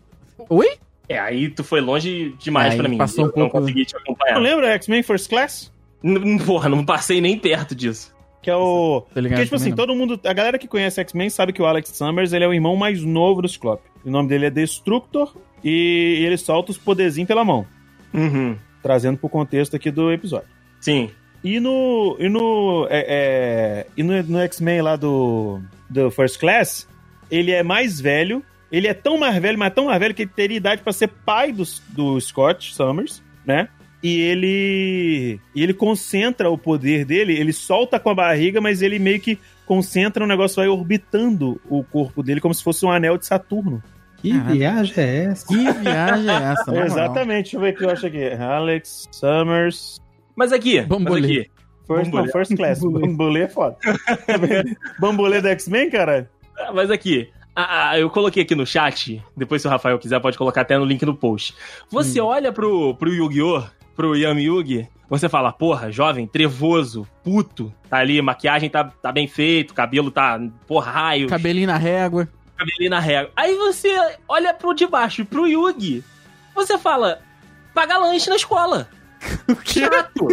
S2: Oi?
S3: É, aí tu foi longe demais
S2: Aí
S3: pra mim.
S2: passou um
S3: Eu não
S2: pouco-
S3: consegui te
S4: Não
S3: acompanhar.
S4: lembra X-Men First Class?
S3: N- Porra, não passei nem perto disso.
S4: Que é o.
S2: Tô tá ligado.
S4: Porque, tipo assim,
S2: também
S4: todo mundo. A galera que conhece X-Men sabe que o Alex Summers ele é o irmão mais novo do Ciclope. O nome dele é Destructor e ele solta os poderzinhos pela mão.
S3: Uhum.
S4: Trazendo pro contexto aqui do episódio.
S3: Sim.
S4: E no. E no. é, é, e no, no X-Men lá do. Do First Class, ele é mais velho. Ele é tão mais velho, mas tão mais velho que ele teria idade pra ser pai do, do Scott Summers, né? E ele. E ele concentra o poder dele, ele solta com a barriga, mas ele meio que concentra o negócio, vai orbitando o corpo dele como se fosse um anel de Saturno.
S5: Que
S2: Caraca.
S5: viagem é essa?
S2: Que viagem é essa, na moral?
S4: Exatamente, deixa eu ver o que eu acho aqui. Alex Summers.
S3: Mas aqui, mas
S2: Bambolê.
S3: aqui.
S4: First,
S3: Bambolê.
S4: não, first class.
S5: Bambolê.
S4: Bambolê é foda. Bambolê do X-Men, cara?
S3: Ah, Mas aqui, ah, ah, eu coloquei aqui no chat, depois se o Rafael quiser pode colocar até no link no post.
S4: Hum.
S3: Você olha pro, pro Yu-Gi-Oh!, pro Yami Yugi, você fala, porra, jovem, trevoso, puto, tá ali, maquiagem tá, tá bem feito, cabelo tá, porra, raio,
S2: Cabelinho na régua.
S3: cabelinho na régua. Aí você olha pro de baixo, pro Yugi, você fala, paga lanche na escola. Chato.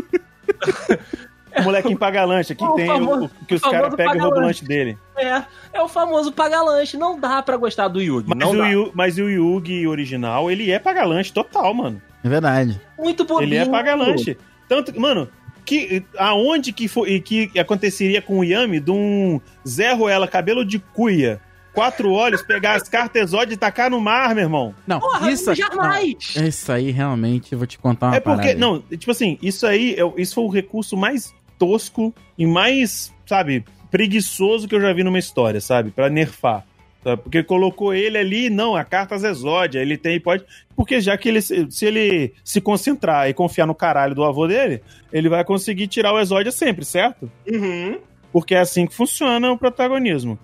S4: O molequinho paga lanche. Aqui
S3: O
S4: tem o,
S3: famoso-
S4: o que os
S3: o famoso
S4: caras pegam e
S3: paga
S4: roubam o
S3: lanche.
S4: lanche dele.
S3: É, é o famoso paga lanche. Não dá pra gostar do Yugi.
S4: Mas
S3: não
S4: o,
S3: dá.
S4: Yu, mas o Yugi original, ele é paga lanche total, mano.
S2: É verdade.
S3: Muito bobinho.
S4: Ele é paga lanche. Tanto que, mano, que, aonde que, foi, que aconteceria com o Yami de um Zé Ruela, cabelo de cuia, quatro olhos, pegar as cartas exóticas e tacar no mar, meu irmão?
S2: Não,
S3: Porra,
S2: isso aqui. não.
S3: jamais.
S2: Isso aí, realmente, eu vou te contar uma
S4: É porque,
S2: parada.
S4: não, tipo assim, isso aí, é, o- isso foi o recurso mais tosco e mais, sabe, preguiçoso que eu já vi numa história, sabe? Pra nerfar. sabe? Porque colocou ele ali, não, a carta exódia, ele tem, pode. Porque já que ele, se se ele se concentrar e confiar no caralho do avô dele, ele vai conseguir tirar o exódia sempre, certo?
S3: Uhum.
S4: Porque é assim que funciona o protagonismo.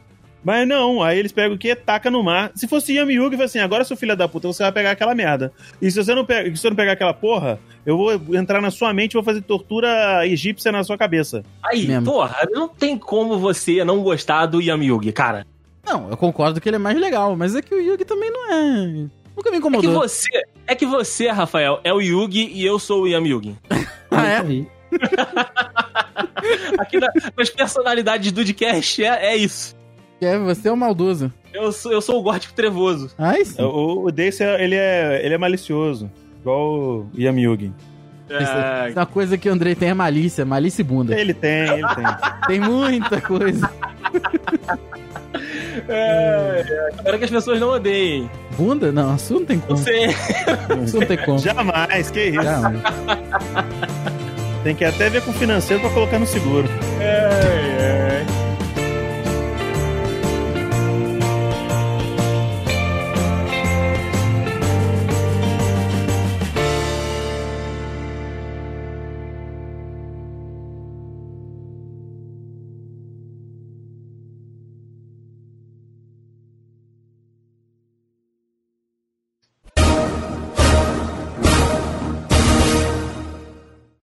S4: Mas não, aí eles pegam o quê? Taca no mar. Se fosse Yami Yugi, fala assim: agora, seu filho da puta, você vai pegar aquela merda. E se você não, pega, se você não pegar aquela porra, eu vou entrar na sua mente e vou fazer tortura egípcia na sua cabeça.
S3: Aí,
S2: Mesmo.
S3: porra, não tem como você não gostar do Yami Yugi, cara.
S2: Não, eu concordo que ele é mais legal, mas é que o Yugi também não é. Nunca me
S3: É que
S2: incomodou.
S3: você, é que você, Rafael, é o Yugi e eu sou o Yami Yugi.
S2: Ah, é?
S5: Aí.
S3: Aqui na, nas personalidades do podcast é, é isso.
S2: É, você é o maldoso.
S3: Eu sou, eu sou o gótico trevoso.
S2: Ai, sim.
S4: É O, o Dace, ele é, ele é malicioso. Igual o Yami Yugi.
S2: Isso- isso é uma coisa que o Andrei tem é malícia, malícia e bunda.
S4: Ele tem, ele tem.
S2: Tem muita coisa.
S3: Espero que as pessoas não odeiem.
S2: Bunda? Não, isso não tem como.
S3: Você
S2: Isso não tem como.
S4: Jamais, que isso.
S2: Não.
S4: Tem que até ver com o financeiro pra colocar no seguro.
S3: é.